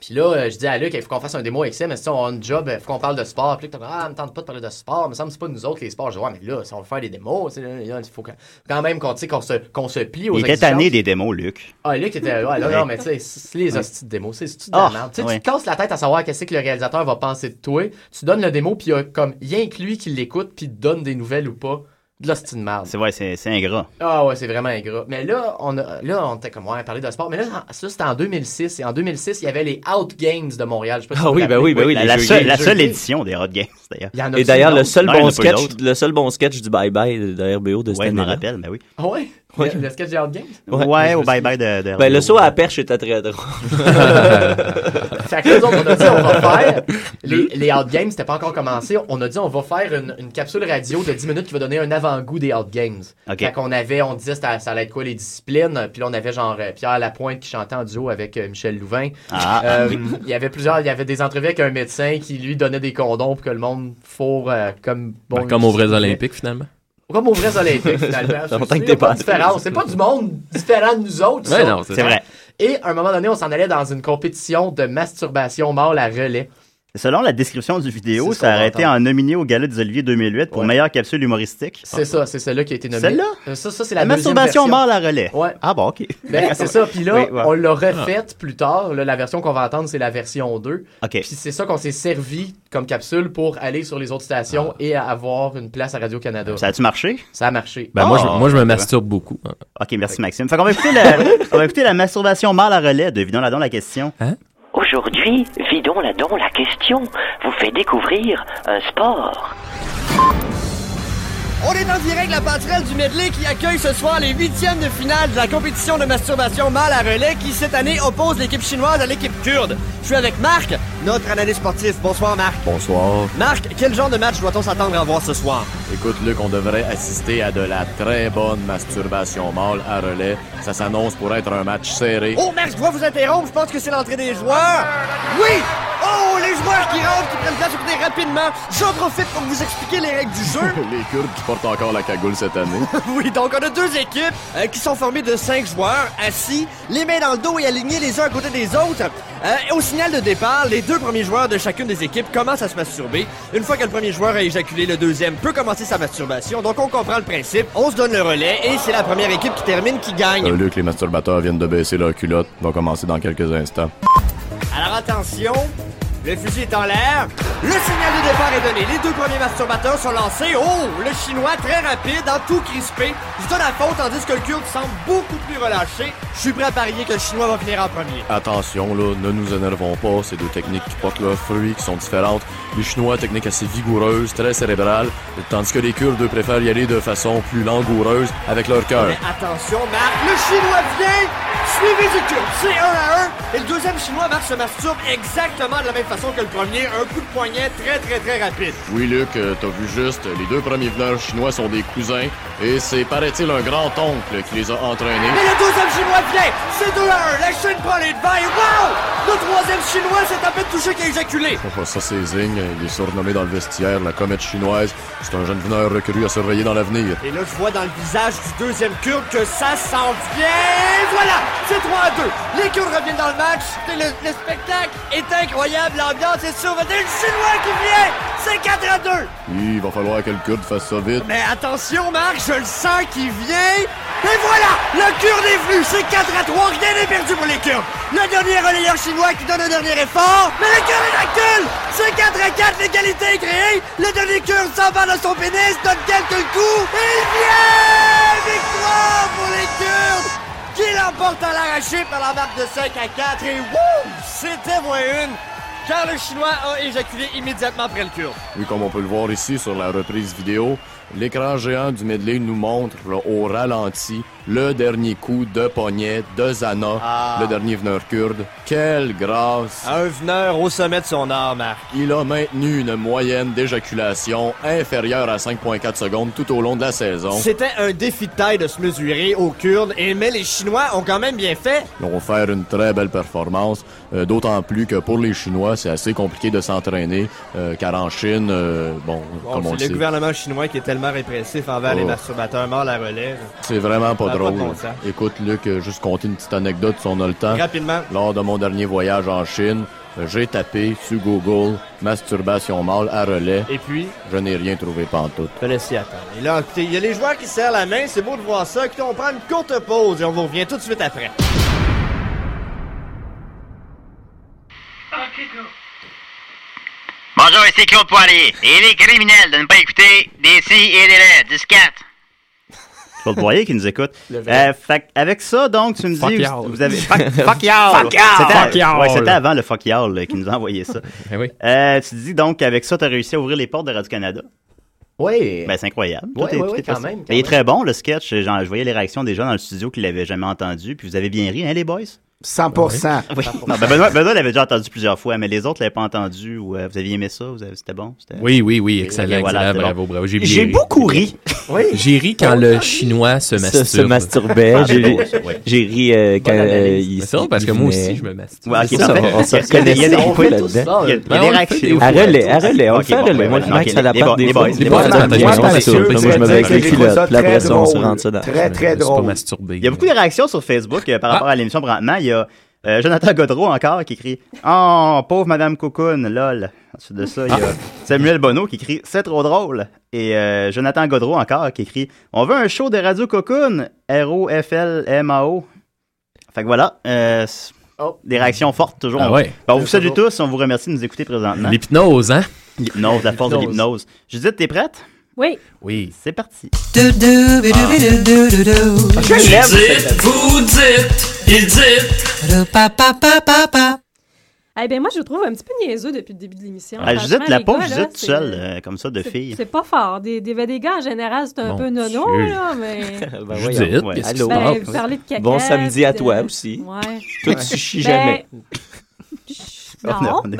D: Puis là, euh, je dis à Luc, il faut qu'on fasse un démo XM, mais si on a un job, il faut qu'on parle de sport. Puis là, t'as dit, ah, me tente pas de parler de sport, mais ça me semble que c'est pas nous autres les sports. Je dis, ouais, mais là, si on veut faire des démos, il faut quand- quand même qu'on tu sais, qu'on se, qu'on se plie aux
A: Il était
D: exigences.
A: tanné des démos, Luc.
D: Ah, Luc était. Ouais, là, non, mais tu sais, c'est les
A: Ouais.
D: hosties de démo, c'est c'est de la
A: Ah,
D: merde. Tu sais,
A: ouais.
D: Tu te casses la tête à savoir qu'est-ce que le réalisateur va penser de toi. Tu donnes le démo, puis il y a comme rien que lui qui l'écoute, puis te donne des nouvelles ou pas. De l'hostie de merde.
A: C'est vrai, c'est c'est ingrat.
D: Ah ouais, c'est vraiment ingrat. Mais là, on, a, là, on était comme, ouais, parler de sport. Mais là, ça, c'était en 2006. Et en 2006, il y avait les Out Games de
F: Ah
D: Montréal. Je sais pas si
A: Ah
D: vous vous
F: ben
A: ben
D: rappelez.
A: La, la seule, la seule édition des Hot Games, d'ailleurs.
D: Il y en a
F: Et d'ailleurs, le seul,
A: Non, il y en
F: bon
A: a pas eu
F: sketch,
A: d'autres.
F: le seul bon sketch du Bye Bye de- de RBO de cette
A: Ouais, je m'en
F: année-là.
A: rappelle, ben oui.
D: Ah ouais?
F: Ouais.
D: Le, le sketch des Out Games?
A: Ouais, au bye-bye de, de
F: Ben,
A: RBO.
F: le saut à la perche était très drôle.
D: fait que nous autres, on a dit on va faire. Les, les Out Games, c'était pas encore commencé. On a dit on va faire une, une capsule radio de 10 minutes qui va donner un avant-goût des Out Games.
A: Ok.
D: Fait qu'on avait, on disait c'était- ça allait être quoi les disciplines. Puis là, on avait genre euh, Pierre Lapointe qui chantait en duo avec euh, Michel Louvain.
A: Ah.
D: Euh, il y avait plusieurs, il y avait des entrevues avec un médecin qui lui donnait des condoms pour que le monde fourre euh, comme bon.
E: Ben, comme aux vrais Olympiques, finalement.
D: Comme aux vrais Olympiques, finalement.
E: Ça fait longtemps
D: C'est-
E: que
D: c'est
E: t'es pas
D: pas
E: allé.
D: différent. Ah, C'est pas du monde différent de nous autres.
E: Ouais,
D: ça.
E: non, c'est C'est vrai.
D: Et à un moment donné, on s'en allait dans une compétition de masturbation mort à relais.
A: Selon la description du vidéo,
D: C'est ce
A: ça
D: qu'on
A: a été
D: entend.
A: en nominé au Gala des Oliviers 2008 pour meilleure capsule humoristique.
D: C'est ça, c'est celle-là qui a été nommée.
A: Celle-là?
D: Euh, Ça, ça c'est la,
A: La,
D: deuxième
A: masturbation
D: version.
A: mort la relais.
D: Ouais.
A: Ah bon, ok.
D: Ben, c'est ça. Puis là,
A: Oui, ouais.
D: on l'a
E: Ah.
D: refaite plus tard. Là, la version qu'on va entendre, c'est la version 2.
A: OK.
D: Puis c'est ça qu'on s'est servi comme capsule pour aller sur les autres stations et avoir une place à Radio-Canada.
A: Ça a-tu marché?
D: Ça a marché.
E: Ben, moi, je, moi, je me
A: ouais.
E: masturbe beaucoup. hein.
A: Ok, merci Maxime. Fait qu'on va écouter la, on va écouter la masturbation mort la relais de Vidon Ladon la question.
E: Hein?
N: Aujourd'hui, vidons la don la question vous fait découvrir un sport.
L: On est en direct de la passerelle du Medley qui accueille ce soir les huitièmes de finale de la compétition de masturbation mâle à relais qui cette année oppose l'équipe chinoise à l'équipe kurde. Je suis avec Marc, notre analyste sportif. Bonsoir Marc.
O: Bonsoir.
L: Marc, quel genre de match doit-on s'attendre à voir ce soir?
O: Écoute, Luc, on devrait assister à de la très bonne masturbation mâle à relais. Ça s'annonce pour être un match serré.
L: Oh Marc, je dois vous interrompre, je pense que c'est l'entrée des joueurs. Oui! Oh, les joueurs qui rentrent, qui prennent place sur terrain rapidement. J'en profite pour vous expliquer les règles du jeu.
O: Les Kurdes qui portent encore la cagoule cette année.
L: oui, donc on a deux équipes euh, qui sont formées de cinq joueurs assis, les mains dans le dos et alignés les uns à côté des autres. Euh, et au signal de départ, les deux premiers joueurs de chacune des équipes commencent à se masturber. Une fois que le premier joueur a éjaculé, le deuxième peut commencer sa masturbation. Donc on comprend le principe, on se donne le relais et c'est la première équipe qui termine qui gagne.
O: Salut que Euh, les masturbateurs viennent de baisser leur culotte. Vont commencer dans quelques instants.
L: Alors attention, le fusil est en l'air. Le signal de départ est donné. Les deux premiers masturbateurs sont lancés. Oh, le chinois très rapide, en tout crispé. Il se donne la faute tandis que le kurde semble beaucoup plus relâché. Je suis prêt à parier que le chinois va finir en premier.
O: Attention, là, ne nous énervons pas. C'est deux techniques qui portent leurs fruits, qui sont différentes. Les Chinois, technique assez vigoureuse, très cérébrale, tandis que les Kurdes eux, préfèrent y aller de façon plus langoureuse avec leur cœur.
L: Mais attention, Marc, le chinois vient, suivi du cube. C'est un à un. Et le deuxième chinois, Marc, se masturbe exactement de la même façon que le premier. Un coup de poignet très, très, très rapide.
O: Oui, Luc, euh, t'as vu juste, les deux premiers veneurs chinois sont des cousins, et c'est, paraît-il, un grand-oncle qui les a entraînés.
L: Et le deuxième chinois vient, c'est 2 à 1. La Chine prend les devants et wow! Le troisième chinois s'est à peine touché qu'à éjaculer.
O: Oh, ça, c'est Zing, il est surnommé dans le vestiaire la comète chinoise. C'est un jeune veneur recru à surveiller dans l'avenir.
L: Et là, je vois dans le visage du deuxième Kurde que ça s'en vient. Voilà, c'est 3 à 2. Les Kurdes reviennent dans le match. Et le, le spectacle est incroyable. L'ambiance est survenue. Le Chinois qui vient. C'est 4 à 2.
O: Il va falloir que le Kurde fasse ça vite.
L: Mais attention, Marc, je le sens qui vient. Et voilà, le Kurde est venu. C'est 4 à 3. Rien n'est perdu pour les Kurdes. Le dernier relayeur chinois qui donne un dernier effort. Mais le Kurde recule. C'est 4 à 4. L'égalité est créée. Le dernier Kurde s'empare de son pénis, donne quelques coups. Et il vient. Victoire pour les Kurdes qui l'emporte à l'arraché par la marque de 5 à 4 et wouh! C'était moins une! Car le Chinois a éjaculé immédiatement après le cure.
O: Oui, comme on peut le voir ici sur la reprise vidéo, l'écran géant du medley nous montre là, au ralenti le dernier coup de poignet de Zana,
L: Ah.
O: le dernier veneur kurde. Quelle grâce!
L: Un veneur au sommet de son art, Marc.
O: Il a maintenu une moyenne d'éjaculation inférieure à 5,4 secondes tout au long de la saison.
L: C'était un défi de taille de se mesurer aux Kurdes, et mais les Chinois ont quand même bien fait.
O: Ils vont faire une très belle performance, euh, d'autant plus que pour les Chinois, c'est assez compliqué de s'entraîner, euh, car en Chine, euh, bon,
L: Bon,
O: comme on le
L: c'est
O: sait,
L: le gouvernement chinois qui est tellement répressif envers les
O: Oh.
L: masturbateurs morts la relève.
O: c'est vraiment pas
L: Ça a pas
O: drôle.
L: de bon sens.
O: Écoute, Luc, euh, juste compter une petite anecdote si on a le temps.
L: Rapidement.
O: Lors de mon dernier voyage en Chine, euh, j'ai tapé sur Google masturbation mâle à relais.
L: Et puis?
O: Je n'ai rien trouvé pantoute.
L: Je laisser attendre. Et là, écoutez, il y a les joueurs qui serrent la main, c'est beau de voir ça. Écoutez, on prend une courte pause et on vous revient tout de suite après.
P: Bonjour, ici Claude Poirier. Et il est criminel de ne pas écouter des si et des là, du scat.
A: Claude Boyer qui nous écoute.
P: Le vrai.
A: Euh, fait- avec ça, donc, tu me
P: Fuck
A: dis.
P: y'all.
A: Vous avez... Fuck, fuck y'all!
P: Fuck y'all!
A: C'était-
P: Fuck y'all.
A: ouais, c'était avant le fuck y'all là, qui nous a envoyé ça. Euh, tu dis donc, avec ça, tu as réussi à ouvrir les portes de Radio-Canada.
D: Oui.
A: Ben, c'est incroyable.
D: Ouais,
A: Tout est-
D: ouais,
A: tout
D: ouais,
A: est
D: quand
A: possible.
D: même, quand
A: Mais il est
D: même.
A: très bon, le sketch. Genre, je voyais les réactions des gens dans le studio qui l'avaient jamais entendu. Puis vous avez bien ri, hein, les boys?
G: 100%.
A: Oui. Non,
F: Ah,
A: ben Benoît, Benoît l'avait déjà entendu plusieurs fois, mais les autres l'avaient pas entendu. Ou, euh, vous aviez aimé ça? Vous avez- C'était bon? C'était-
E: Oui, oui, oui,
A: Ok,
E: excellent,
A: voilà,
E: excellent,
A: c'était bon.
E: bravo, bravo. J'ai bien
A: J'ai
E: ri.
A: beaucoup ri.
E: J'ai ri quand le chinois se
F: Se,
E: masturbe.
F: se masturbait. J'ai ri, j'ai ri euh, quand euh, il
E: C'est drôle parce que moi aussi, je me masturbe.
F: Ouais,
E: C'est
F: ok,
E: ça,
F: parfait.
E: on- on se
F: Est-ce que-
E: reconnaît.
F: il y a des-
E: On
F: on
E: fait
F: fait
E: tout
F: là-dedans.
E: ça,
F: Il y a- il y a
E: Ben,
F: des
E: on le
F: réactions.
E: fait des fois.
F: À relais, à relais, on le fait à relais. Moi, je marque ça la part des fois. Des fois, ça m'attend. Moi, c'est sûr. Moi, je me mets avec les culottes. Puis après ça, on se rentre ça dans- Très, très
A: C'est pas
F: drôle.
E: Ben,
A: masturbé. Il y a beaucoup de réactions sur Facebook
E: Ah.
A: euh, par rapport à l'émission présentement. Il y a euh, Jonathan Godreau encore qui crie Oh, pauvre Madame Cocoon, lol. Ensuite de ça, il y a
E: Ah.
A: Samuel Bonneau qui crie C'est trop drôle. Et euh, Jonathan Godreau encore qui crie On veut un show de Radio Cocoon, R-O-F-L-M-A-O. Fait que voilà. euh, c'est- Des réactions fortes toujours.
E: Ah ouais.
A: Ben, on vous salue tous, on vous remercie de nous écouter présentement.
E: L'hypnose, hein?
A: L'hypnose, la force de l'hypnose. Judith, t'es prête?
Q: Oui.
E: Oui.
A: C'est parti.
Q: Je l'aime,
R: dites, vous dites, il dit.
S: Eh bien, moi, je le trouve un petit peu niaiseux depuis le début de l'émission.
A: Ah, Judith,
S: Franchement,
A: la
S: les
A: pauvre
S: gars, là,
A: Judith
S: hein, c'est-
A: seule, euh, comme ça, de
S: c'est-
A: fille.
S: C'est pas fort. Des, des, des gars, en général, c'est un
A: Mon
S: peu nono,
A: Dieu.
S: là, mais...
F: Ben
A: Judith,
F: voyons.
A: qu'est-ce qui
F: Allô?
S: Ben, vous parlez de caca,
F: Bon samedi à
S: puis de-
F: toi aussi.
S: Ouais.
F: Toi, tu chies Oh,
S: Ben,
F: jamais.
S: chut,
F: On est-
S: Non.
F: on est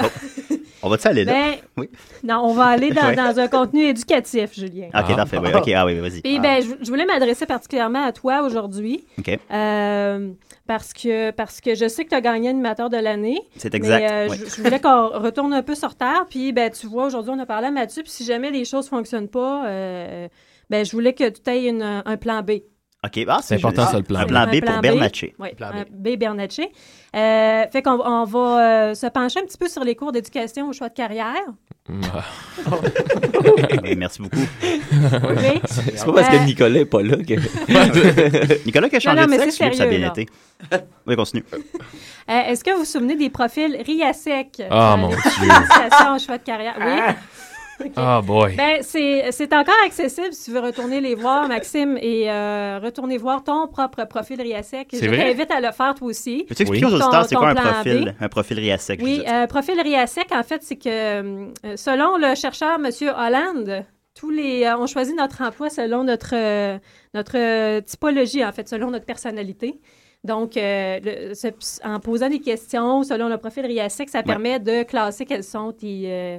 A: On va-tu aller là?
S: Ben,
A: Oui.
S: non, on va aller dans,
A: Ouais.
S: dans un contenu éducatif, Julien.
A: Ok, parfait. Oui, ok, ah oui, vas-y.
S: Puis, ben, je, je voulais m'adresser particulièrement à toi aujourd'hui.
A: Ok.
S: Euh, parce, que, parce que je sais que tu as gagné animateur de l'année.
A: C'est exact,
S: Mais euh,
A: ouais.
S: je, je voulais qu'on retourne un peu sur terre. Puis, ben, tu vois, aujourd'hui, on a parlé à Mathieu. Puis, si jamais les choses ne fonctionnent pas, euh, ben, je voulais que tu aies une- un plan B.
A: Ok, ah,
O: C'est important,
A: joli.
O: ça, le plan
A: Un
O: B.
A: plan B
S: Un
A: pour
S: plan
A: Bernatchez.
S: Oui, un B Bernatchez. Euh, fait qu'on on va euh, se pencher un petit peu sur les cours d'éducation au choix de carrière.
O: Mm.
F: Ah.
A: Oui, Ah, ben, merci beaucoup.
F: C'est pas parce que Nicolas est pas là que.
A: Nicolas qui a changé
S: Euh. non, mais
A: de sexe,
S: c'est
A: lui, puis ça a
S: sérieux,
A: bien
S: là.
A: été. Oui, continue.
S: Euh, Est-ce que vous vous souvenez des profils RIASEC?
A: Ah,
S: euh,
A: mon
S: les
A: Dieu.
S: qualifications en choix de carrière. Oui. OK.
E: Ah, boy.
S: Ben, c'est c'est encore accessible si tu veux retourner les voir, Maxime, et euh, retourner voir ton propre profil RIASEC.
A: C'est
S: Je
A: vrai?
S: t'invite à le faire toi aussi.
A: Peux-tu expliquer aux
S: Ton-
A: auditeurs c'est
S: ton
A: quoi un
S: plan B.
A: profil, un profil RIASEC? je
S: Oui,
A: veux dire?
S: euh, profil RIASEC, en fait, c'est que euh, selon le chercheur M. Hollande, tous les, euh, on choisit notre emploi selon notre, euh, notre euh, typologie, en fait, selon notre personnalité. Donc, euh, le- ce- en posant des questions selon le profil RIASEC, ça permet de classer quelles sont tes, euh,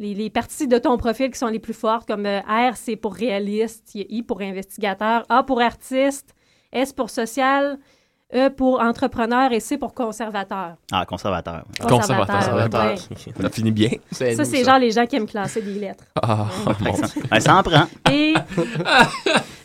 S: les, les parties de ton profil qui sont les plus fortes, comme euh, R, c'est pour réaliste, I pour investigateur, A pour artiste, S pour social, E pour entrepreneur et C pour conservateur.
A: Ah, conservateur.
S: Conservateur, Conservateur. ouais.
E: Ça finit bien.
S: Ça, c'est genre les gens qui aiment classer des lettres.
E: Ah, mon
A: Ça-
E: Dieu.
A: Ouais, ça en prend.
S: Et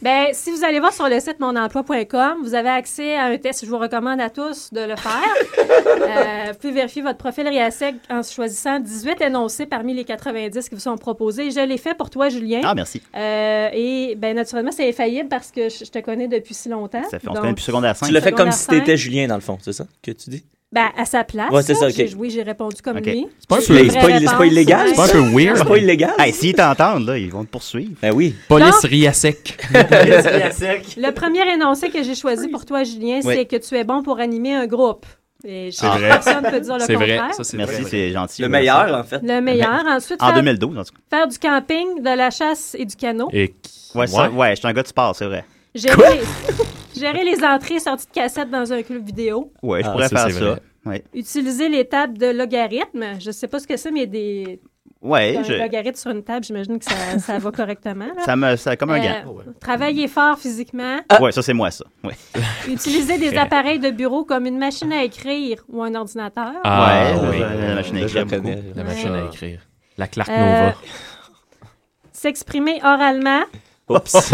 S: ben, si vous allez voir sur le site monemploi.com, vous avez accès à un test. Je vous recommande à tous de le faire. Euh, vous pouvez vérifier votre profil RIASEC en choisissant 18 énoncés parmi les 90 qui vous sont proposés. Je l'ai fait pour toi, Julien.
A: Ah, merci.
S: Euh, et ben, naturellement, c'est infaillible parce que je, je te connais depuis si longtemps.
A: Ça fait- on
S: Hein?
A: se
S: Donc,
A: connaît depuis secondaire cinq.
F: Tu le fais comme
S: Secondaire
F: si t'étais
S: cinq.
F: Julien, dans le fond, c'est ça que tu dis?
S: Ben, à sa place.
F: Ouais, c'est
S: là,
F: ça, ok.
S: j'ai- Oui, j'ai répondu comme
A: Ok.
S: lui.
F: C'est pas- c'est pas- c'est pas illégal?
A: C'est pas un
F: ça?
A: peu weird.
F: C'est pas illégal?
A: Hey, S'ils t'entendent, là, ils vont te poursuivre.
F: Ben oui.
S: Police Donc-
A: RIASEC.
S: Le premier Euh, énoncé que j'ai choisi pour toi, Julien,
A: Oui.
S: c'est que tu es bon pour animer un groupe. Et je-
A: C'est vrai.
S: Personne ne peut dire le
A: C'est vrai.
S: contraire.
A: Ça, c'est Merci, vrai. c'est gentil.
F: Le
A: Merci.
F: meilleur, en fait.
S: Le meilleur. Ensuite,
A: En
S: faire,
A: 2012, en tout cas.
S: faire du camping, de la chasse et du canot.
A: Et... Ouais, ça,
S: Ouais.
A: ouais, je suis un gars de sport, c'est vrai.
S: Gérer, gérer les entrées et sorties de cassettes dans un club vidéo.
A: Ouais, je
H: Ah,
A: pourrais
H: ça,
A: faire
H: c'est
A: ça.
H: vrai.
A: Ouais.
S: Utiliser les tables de logarithmes. Je ne sais pas ce que c'est, mais des
A: Ouais,
S: un
A: je-
S: logarithme sur une table, j'imagine que ça, ça va correctement. là. Euh,
A: Ça me- ça- comme un gant.
S: Travailler fort physiquement.
A: Ouais, ça, c'est moi, ça. Ouais.
S: Utiliser des
A: Ouais.
S: appareils de bureau comme une machine à écrire ou un ordinateur.
E: Ah,
A: Ah, ouais,
E: oui.
A: la- la machine à
E: Là, je la
A: écrire. beaucoup.
E: connais, la machine à écrire. La Clark
S: Euh,
E: Nova.
S: S'exprimer oralement.
A: Oups.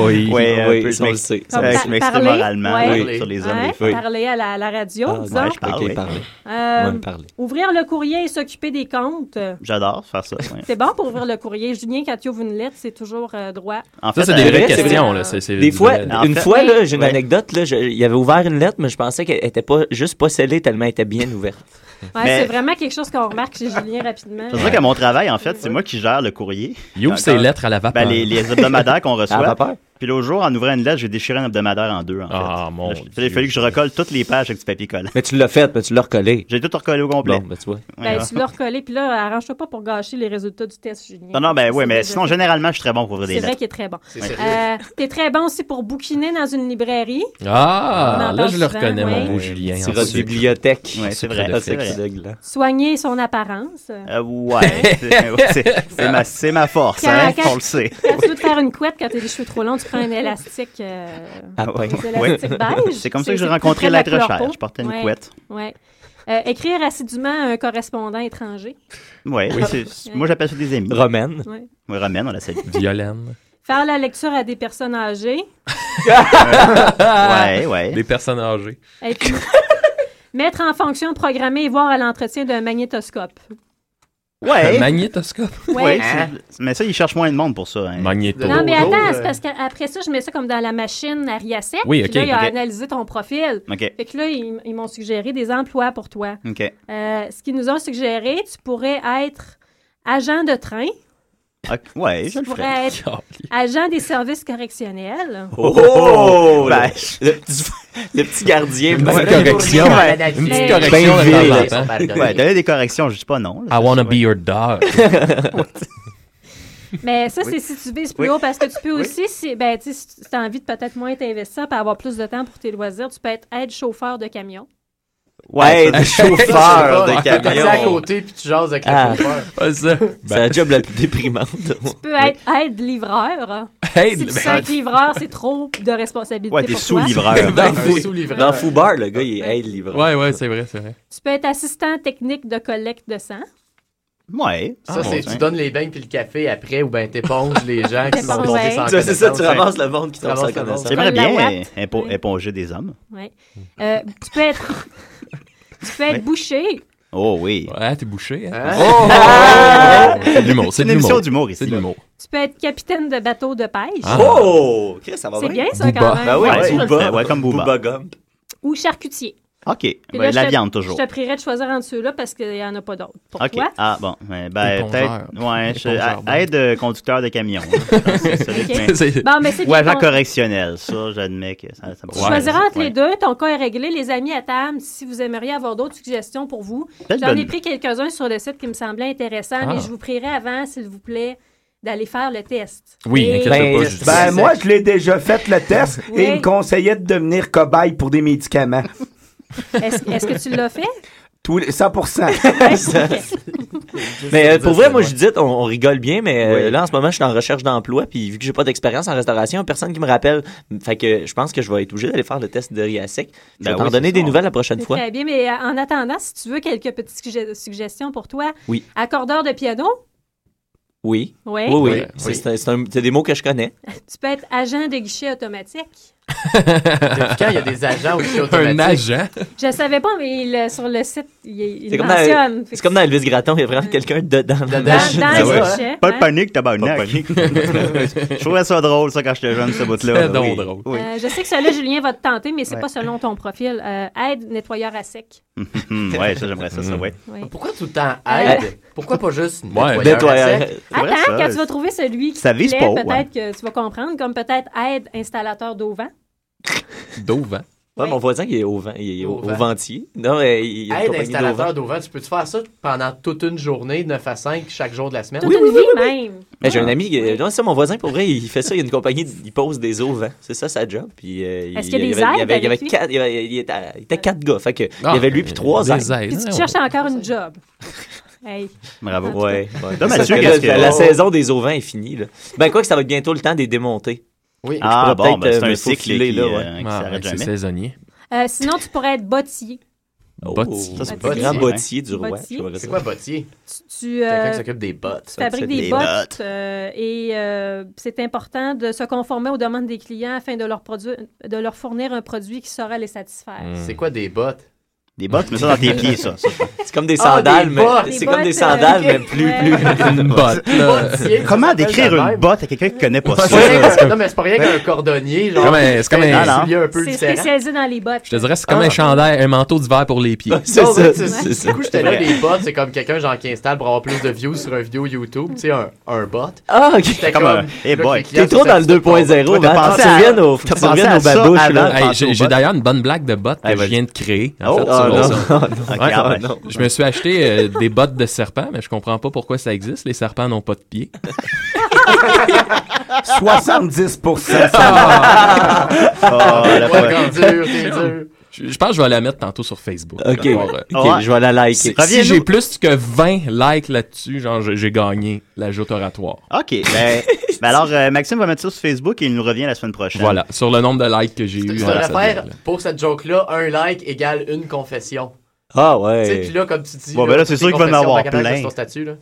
E: Oh, oui.
A: oui, ouais, un
E: Oui,
A: peu,
E: ça, on
A: je
E: le
A: m'ex-
E: sait.
A: euh,
S: Comme
A: je
S: par-
A: m'exprime
S: parler,
A: oralement
S: ouais,
A: oui, sur les hommes.
S: ouais,
A: les femmes.
S: Parler à la, à la radio,
A: Ah,
S: disons.
A: ouais, je parle,
F: Ok,
A: oui.
F: parler.
S: Euh,
F: Ouais, parler.
S: Ouvrir le courrier et s'occuper des comptes.
A: J'adore faire ça. ouais.
S: C'est bon pour ouvrir le courrier. Julien, quand tu ouvres une lettre, c'est toujours euh, droit.
A: En
E: Ça,
A: fait,
E: c'est des
A: euh,
E: vraies
A: c'est vrai.
E: questions. là. C'est- c'est
F: Des
E: une
F: fois,
E: vraie-
F: une fois, là, j'ai une anecdote, là, je- il avait ouvert une lettre, mais je pensais qu'elle était pas, juste pas scellée tellement elle était bien ouverte.
S: Ouais,
A: Mais-
S: C'est vraiment quelque chose qu'on remarque chez Julien rapidement.
A: Je dirais qu'à mon travail, en fait, c'est moi qui gère le courrier.
E: Il ouvre
A: Quand-
E: ses lettres à la vapeur.
A: Ben, les, les hebdomadaires qu'on reçoit.
E: À la vapeur.
A: Puis l'autre jour, en ouvrant une lettre, j'ai déchiré un hebdomadaire en deux. En ah, mon Il a fallu que je recolle toutes les pages avec du papier collant.
F: Mais tu l'as faite, mais tu l'as recollée.
A: J'ai tout recollé au complet.
F: Bon, ben, tu vois.
S: Ben, tu l'as recollé, puis là, arrange-toi pas pour gâcher les résultats du test, Julien.
A: Non, non, ben oui,
S: C'est
A: mais
S: déjà
A: sinon,
S: fait.
A: généralement, je suis très bon pour ouvrir des
S: C'est
A: lettres.
S: vrai qu'il est très bon.
A: C'est sérieux.
S: Euh, T'es très bon aussi pour bouquiner dans une librairie. On en
E: Ah, là,
S: parle
E: je le
S: souvent,
E: reconnais, mon
S: oui.
E: beau Julien.
F: C'est votre bibliothèque.
A: Ouais, c'est vrai, c'est vrai.
S: Soigner son apparence.
F: Ah,
A: Euh, ouais, c'est- ouais, c'est c'est ma, c'est ma force,
S: Quand-
A: hein,
S: quand-
A: on le sait.
S: Quand tu veux te faire une couette, quand t'as les cheveux trop longs, tu prends un élastique. euh,
A: Ah Ouais.
S: des élastiques beige.
A: C'est comme ça que j'ai
S: très près
A: rencontré
S: de la
A: l'être
S: couleur
A: cher.
S: peau.
A: Je portais une
S: Ouais,
A: couette.
S: ouais. Euh, écrire assidûment à un correspondant étranger.
A: Ouais,
S: Oui.
A: c'est- c'est- moi, j'appelle ça des amis.
F: Romaine.
S: Ouais.
A: Oui, Romaine, on la salue.
E: Violaine.
S: Faire la lecture à des personnes âgées.
A: ouais, Eh ouais.
E: Des personnes âgées.
S: Et puis, mettre en fonction, programmer et voir à l'entretien d'un magnétoscope.
A: Ouais.
E: Un magnétoscope.
S: Ouais.
A: Ouais,
S: Hein?
A: c'est- mais ça, ils cherchent moins de monde pour ça. hein. Magnéto.
S: Non, mais attends, c'est parce qu'après ça, je mets ça comme dans la machine à Riasec.
A: Oui,
S: Puis là,
A: ok,
S: il a
A: ok.
S: analysé ton profil.
A: Ok. Mm.
S: Fait que là, ils, ils m'ont suggéré des emplois pour toi.
A: OK.
S: Euh, ce qu'ils nous ont suggéré, tu pourrais être agent de train,
A: Ok, Ah, Ouais, je
S: tu
A: le
S: pourrais
A: ferai.
S: être agent des services correctionnels.
F: Oh!
A: Ben,
F: le, le petit, le petit gardien.
A: Une
F: Ouais.
A: petite correction.
F: Ouais.
A: Une
S: petite
A: petite
E: correction de temps en temps.
A: Ouais, donner des corrections, je dis pas non.
E: I wanna be your dog.
S: Mais ça,
A: Oui.
S: c'est si tu vises plus
A: Oui.
S: haut, parce que tu peux aussi, si, ben, tu sais, si tu as envie de peut-être moins t'investir pour avoir plus de temps pour tes loisirs, tu peux être aide-chauffeur de camion.
F: Ouais,
D: ça.
F: de chauffeur de
D: T'es assis à
F: camion.
D: côté puis tu jases avec le
F: Ah.
D: chauffeur.
F: C'est
E: Ben.
F: la job la plus déprimante.
S: peut être aide-livreur. si
F: Aide-
S: tu
F: ben-
S: sens que livreur, c'est trop de responsabilité
F: Ouais,
S: pour
F: t'es
S: toi.
F: sous-livreur.
E: Dans Fou-
F: Dans Foubar, le gars, il est aide-livreur.
E: Ouais, ouais, c'est vrai, c'est vrai.
S: Tu peux être assistant technique de collecte de sang.
A: Ouais.
D: Ça,
A: Ah,
D: c'est
A: bon,
D: tu
A: ouais.
D: donnes les beignes puis le café après ou ben t'éponges les
F: Ah,
D: gens qui sont
S: T'éponges,
D: tombés
S: ouais.
D: sans
F: Ça, c'est ça, tu
D: connaissance.
F: ramasses le monde qui
D: Tu
F: tombe sans
D: ramasses le monde.
F: connaissance.
A: J'aimerais
S: Comme la
A: bien
S: ouate.
A: euh, épo-
S: Ouais.
A: éponger des hommes.
S: Ouais. Euh, tu peux être, tu peux être
A: Ouais.
S: boucher.
A: Oh oui.
E: Ouais, t'es bouché.
A: Hein?
E: Oh!
A: Ah!
E: C'est de l'humour, c'est de
A: une émission
E: l'humour.
A: d'humour ici.
E: C'est de l'humour.
S: Tu peux être capitaine de bateau de pêche.
E: Ah.
F: Oh! Chris, ça va
S: C'est
F: bien.
S: bien, ça, quand même.
A: Ben oui,
F: Ouais,
A: Booba.
F: Booba.
A: Ouais, comme Booba.
F: Gump.
S: Ou charcutier.
A: OK.
S: Puis
A: Ben,
S: là, je
A: la
S: te-
A: viande, toujours.
S: Je te prierais de choisir entre ceux-là parce qu'il n'y en a pas d'autres. Pour
A: OK.
S: toi,
A: Ah, bon. Ben, ben,
E: Épongeur.
A: peut-être. Ouais, je-
E: Épongeur,
A: a-
E: bon.
A: aide euh, conducteur de camion. C'est ça,
S: Ok.
A: mais-
S: C'est- Bon, mais c'est
A: Ou
S: bien
A: agent
S: con-
A: correctionnel. Ça, j'admets que ça, ça
S: Tu choisiras entre les deux. Ton cas est réglé. Les amis à table, si vous aimeriez avoir d'autres suggestions pour vous.
A: Belle
S: J'en ai
A: bonne-
S: pris quelques-uns sur le site qui me semblaient intéressants,
G: Ah.
S: mais je vous prierai avant, s'il vous plaît, d'aller faire le test.
G: Oui,
S: Et-
G: ben,
S: Ben,
G: ben, moi, je l'ai déjà fait le test
S: Oui.
G: et il me conseillait de devenir cobaye pour des médicaments.
S: Est-ce est-ce que tu l'as fait?
G: Tous les 100
F: Mais euh, pour vrai, moi, Judith, on, on rigole bien, mais euh, là, en ce moment, je suis en recherche d'emploi, puis vu que j'ai pas d'expérience en restauration, personne qui me rappelle. Fait que je pense que je vais être obligé d'aller faire le test de Riasec. Je vais
A: Ben
F: t'en
A: oui,
F: donner
A: c'est
F: des
A: ça.
F: nouvelles la prochaine fois.
S: Très bien, mais euh, en attendant, si tu veux quelques petites sugge- suggestions pour toi,
F: Oui.
S: accordeur de piano,
F: Oui.
S: Oui.
F: Oui, oui.
S: Oui,
F: C'est
S: oui.
F: c'est un- c'est un- c'est des mots que je connais.
S: tu peux être agent de guichet automatique.
D: Depuis quand Ah, il y a des agents aussi
F: Un
D: automatiques?
F: agent.
S: Je savais pas, mais il, euh, sur le site, il, il
F: C'est comme,
S: mentionne.
F: dans, c'est comme dans Elvis Gratton, il y a vraiment quelqu'un dedans. Dans,
S: dans
A: Ah ouais. Pas de
S: hein?
A: panique, tabarnak. Je trouvais ça drôle, ça, quand j'étais jeune, ce bout-là.
E: C'est
A: là,
E: donc
A: oui.
E: drôle.
A: Oui.
S: Euh, je sais que celui-là, Julien va te tenter, mais c'est
A: Ouais.
S: pas selon ton profil. Euh, aide nettoyeur à sec.
A: Hum, ouais, ça, j'aimerais ça, ça, ouais.
S: Oui. Euh,
D: Pourquoi tout le temps aide? Pourquoi pas juste nettoyeur?
A: nettoyeur.
D: à sec?
A: C'est vrai,
S: Attends,
A: ça,
S: quand
A: c'est-
S: tu vas trouver celui qui
A: ça
S: te
A: vise
S: plaît,
A: pas haut,
S: peut-être
A: hein.
S: que tu vas comprendre, comme peut-être aide installateur d'auvent.
E: D'au vent.
F: Ouais, mon voisin, il est au, vent, il est au,
D: Au
F: au
D: vent.
F: ventier. Non, mais il il y a une
D: Aide
F: compagnie d'au vent.
D: installateur d'auvent, tu peux-tu faire ça pendant toute une journée, de 9 à 5, chaque jour de la semaine?
S: Toute une vie même.
F: Mais j'ai un ami, qui- non, c'est ça, mon voisin, pour vrai, il fait ça, il y a une compagnie, il pose des eaux au vent. C'est ça, sa job. Puis, euh,
S: Est-ce qu'il y a des aides
F: avait- avait- il y avait
S: avec lui?
F: quatre- il y avait- il était, il était quatre gars. Fait que,
A: Ah,
F: il y avait lui, puis trois
A: des
F: aides.
A: aides,
S: Puis tu te cherches encore une job. Hey.
A: Bravo.
F: Ouais, ouais.
A: Là,
F: Ça,
A: Mathieu,
F: que
A: qu'est-ce
F: là,
A: que-
F: La saison des auvents est finie. Là. Ben, quoi que ça va être bientôt le temps des démonter.
D: Oui.
A: Ah,
F: Je pourrais
A: bon, ben,
F: peut-être,
A: c'est
F: euh,
A: un
F: me
A: cycle
F: faufiler,
A: qui,
F: là,
A: euh,
F: ouais.
A: qui s'arrête
E: ouais, c'est
A: jamais.
E: saisonnier.
S: Euh, sinon, tu pourrais être bottier.
F: Bottier. Oh. Ça, c'est
D: Bottier.
F: le grand bottier du roi.
S: Bottier.
F: je vois ça.
D: C'est quoi bottier?
S: Tu, euh,
D: Quelqu'un qui s'occupe des bottes.
S: tu fabriques des, bottes euh, et euh, c'est important de se conformer aux demandes des clients afin de leur, produire, de leur fournir un produit qui saura les satisfaire.
F: Hmm.
D: C'est quoi des bottes?
A: Des bottes, mais ça dans tes pieds, ça. ça.
F: C'est comme des
D: Ah,
F: sandales,
D: des
F: mais
D: bottes.
F: c'est
S: Des
F: comme des
S: bottes,
A: hein.
F: sandales,
S: euh,
F: mais plus,
S: ouais.
F: plus.
E: Une botte, là.
A: Comment décrire une botte à quelqu'un qui connaît pas
E: Ouais,
A: ça?
E: c'est ça.
D: Non, mais c'est pas rien qu'un cordonnier, genre.
E: Comme un- c'est comme un-
D: soulier un peu
S: C'est
D: différent.
S: spécialisé dans les bottes.
E: Je te dirais, c'est comme
D: Ah.
E: un chandail, un manteau d'hiver pour les pieds.
D: Non, mais Du coup, j'étais là, les bots, c'est comme quelqu'un genre qui installe pour avoir plus de views sur un vidéo YouTube, tu sais, un, un bot.
F: Ah, ok.
D: J'étais
A: Comme un-
D: comme.
A: Eh boy.
F: T'es trop dans le 2.0,
A: Toi, t'as
F: man.
A: pensé
F: Tu
A: à-
F: reviens au,
A: t'as
F: tu
A: pensé
F: reviens
A: à
F: au
A: ça
F: babouches,
A: avant
F: là.
A: de penser aux
E: J'ai j'ai
A: bottes. Ah,
E: d'ailleurs une bonne blague de bottes que je viens de créer. en
A: Oh,
E: fait,
A: oh,
E: sur
A: non.
E: ça.
A: Oh, non.
E: Ouais.
A: Ah, ben non.
E: Je me suis acheté euh, des bottes de serpent, mais je comprends pas pourquoi ça existe. Les serpents n'ont pas de pieds.
G: 70
E: Ah.
G: Ah, la
D: Ouais, t'es dur, t'es dur.
E: Je, je pense que je vais la mettre tantôt sur Facebook.
F: Ok,
E: Alors, euh,
F: ok, je vais la liker.
E: Si,
F: Reviens-nous.
E: si j'ai plus que 20 likes là-dessus, genre j'ai j'ai gagné la joute oratoire.
A: OK. Ben, ben alors, euh, Maxime va mettre ça sur Facebook et il nous revient la semaine prochaine.
E: Voilà, sur le nombre de likes que j'ai eu.
D: Tu
E: à
D: devrais
E: cette
D: faire,
E: blague-là.
D: pour cette joke-là, un like égale une confession.
F: Ah
D: Tu sais, puis
F: ouais.
D: là, comme tu dis.
A: Bon, ben là, c'est
D: toutes
A: sûr
D: les
A: qu'il va en
D: confessions,
A: avoir
D: t'as capable de
A: plein.
D: mettre sur ton statut, là.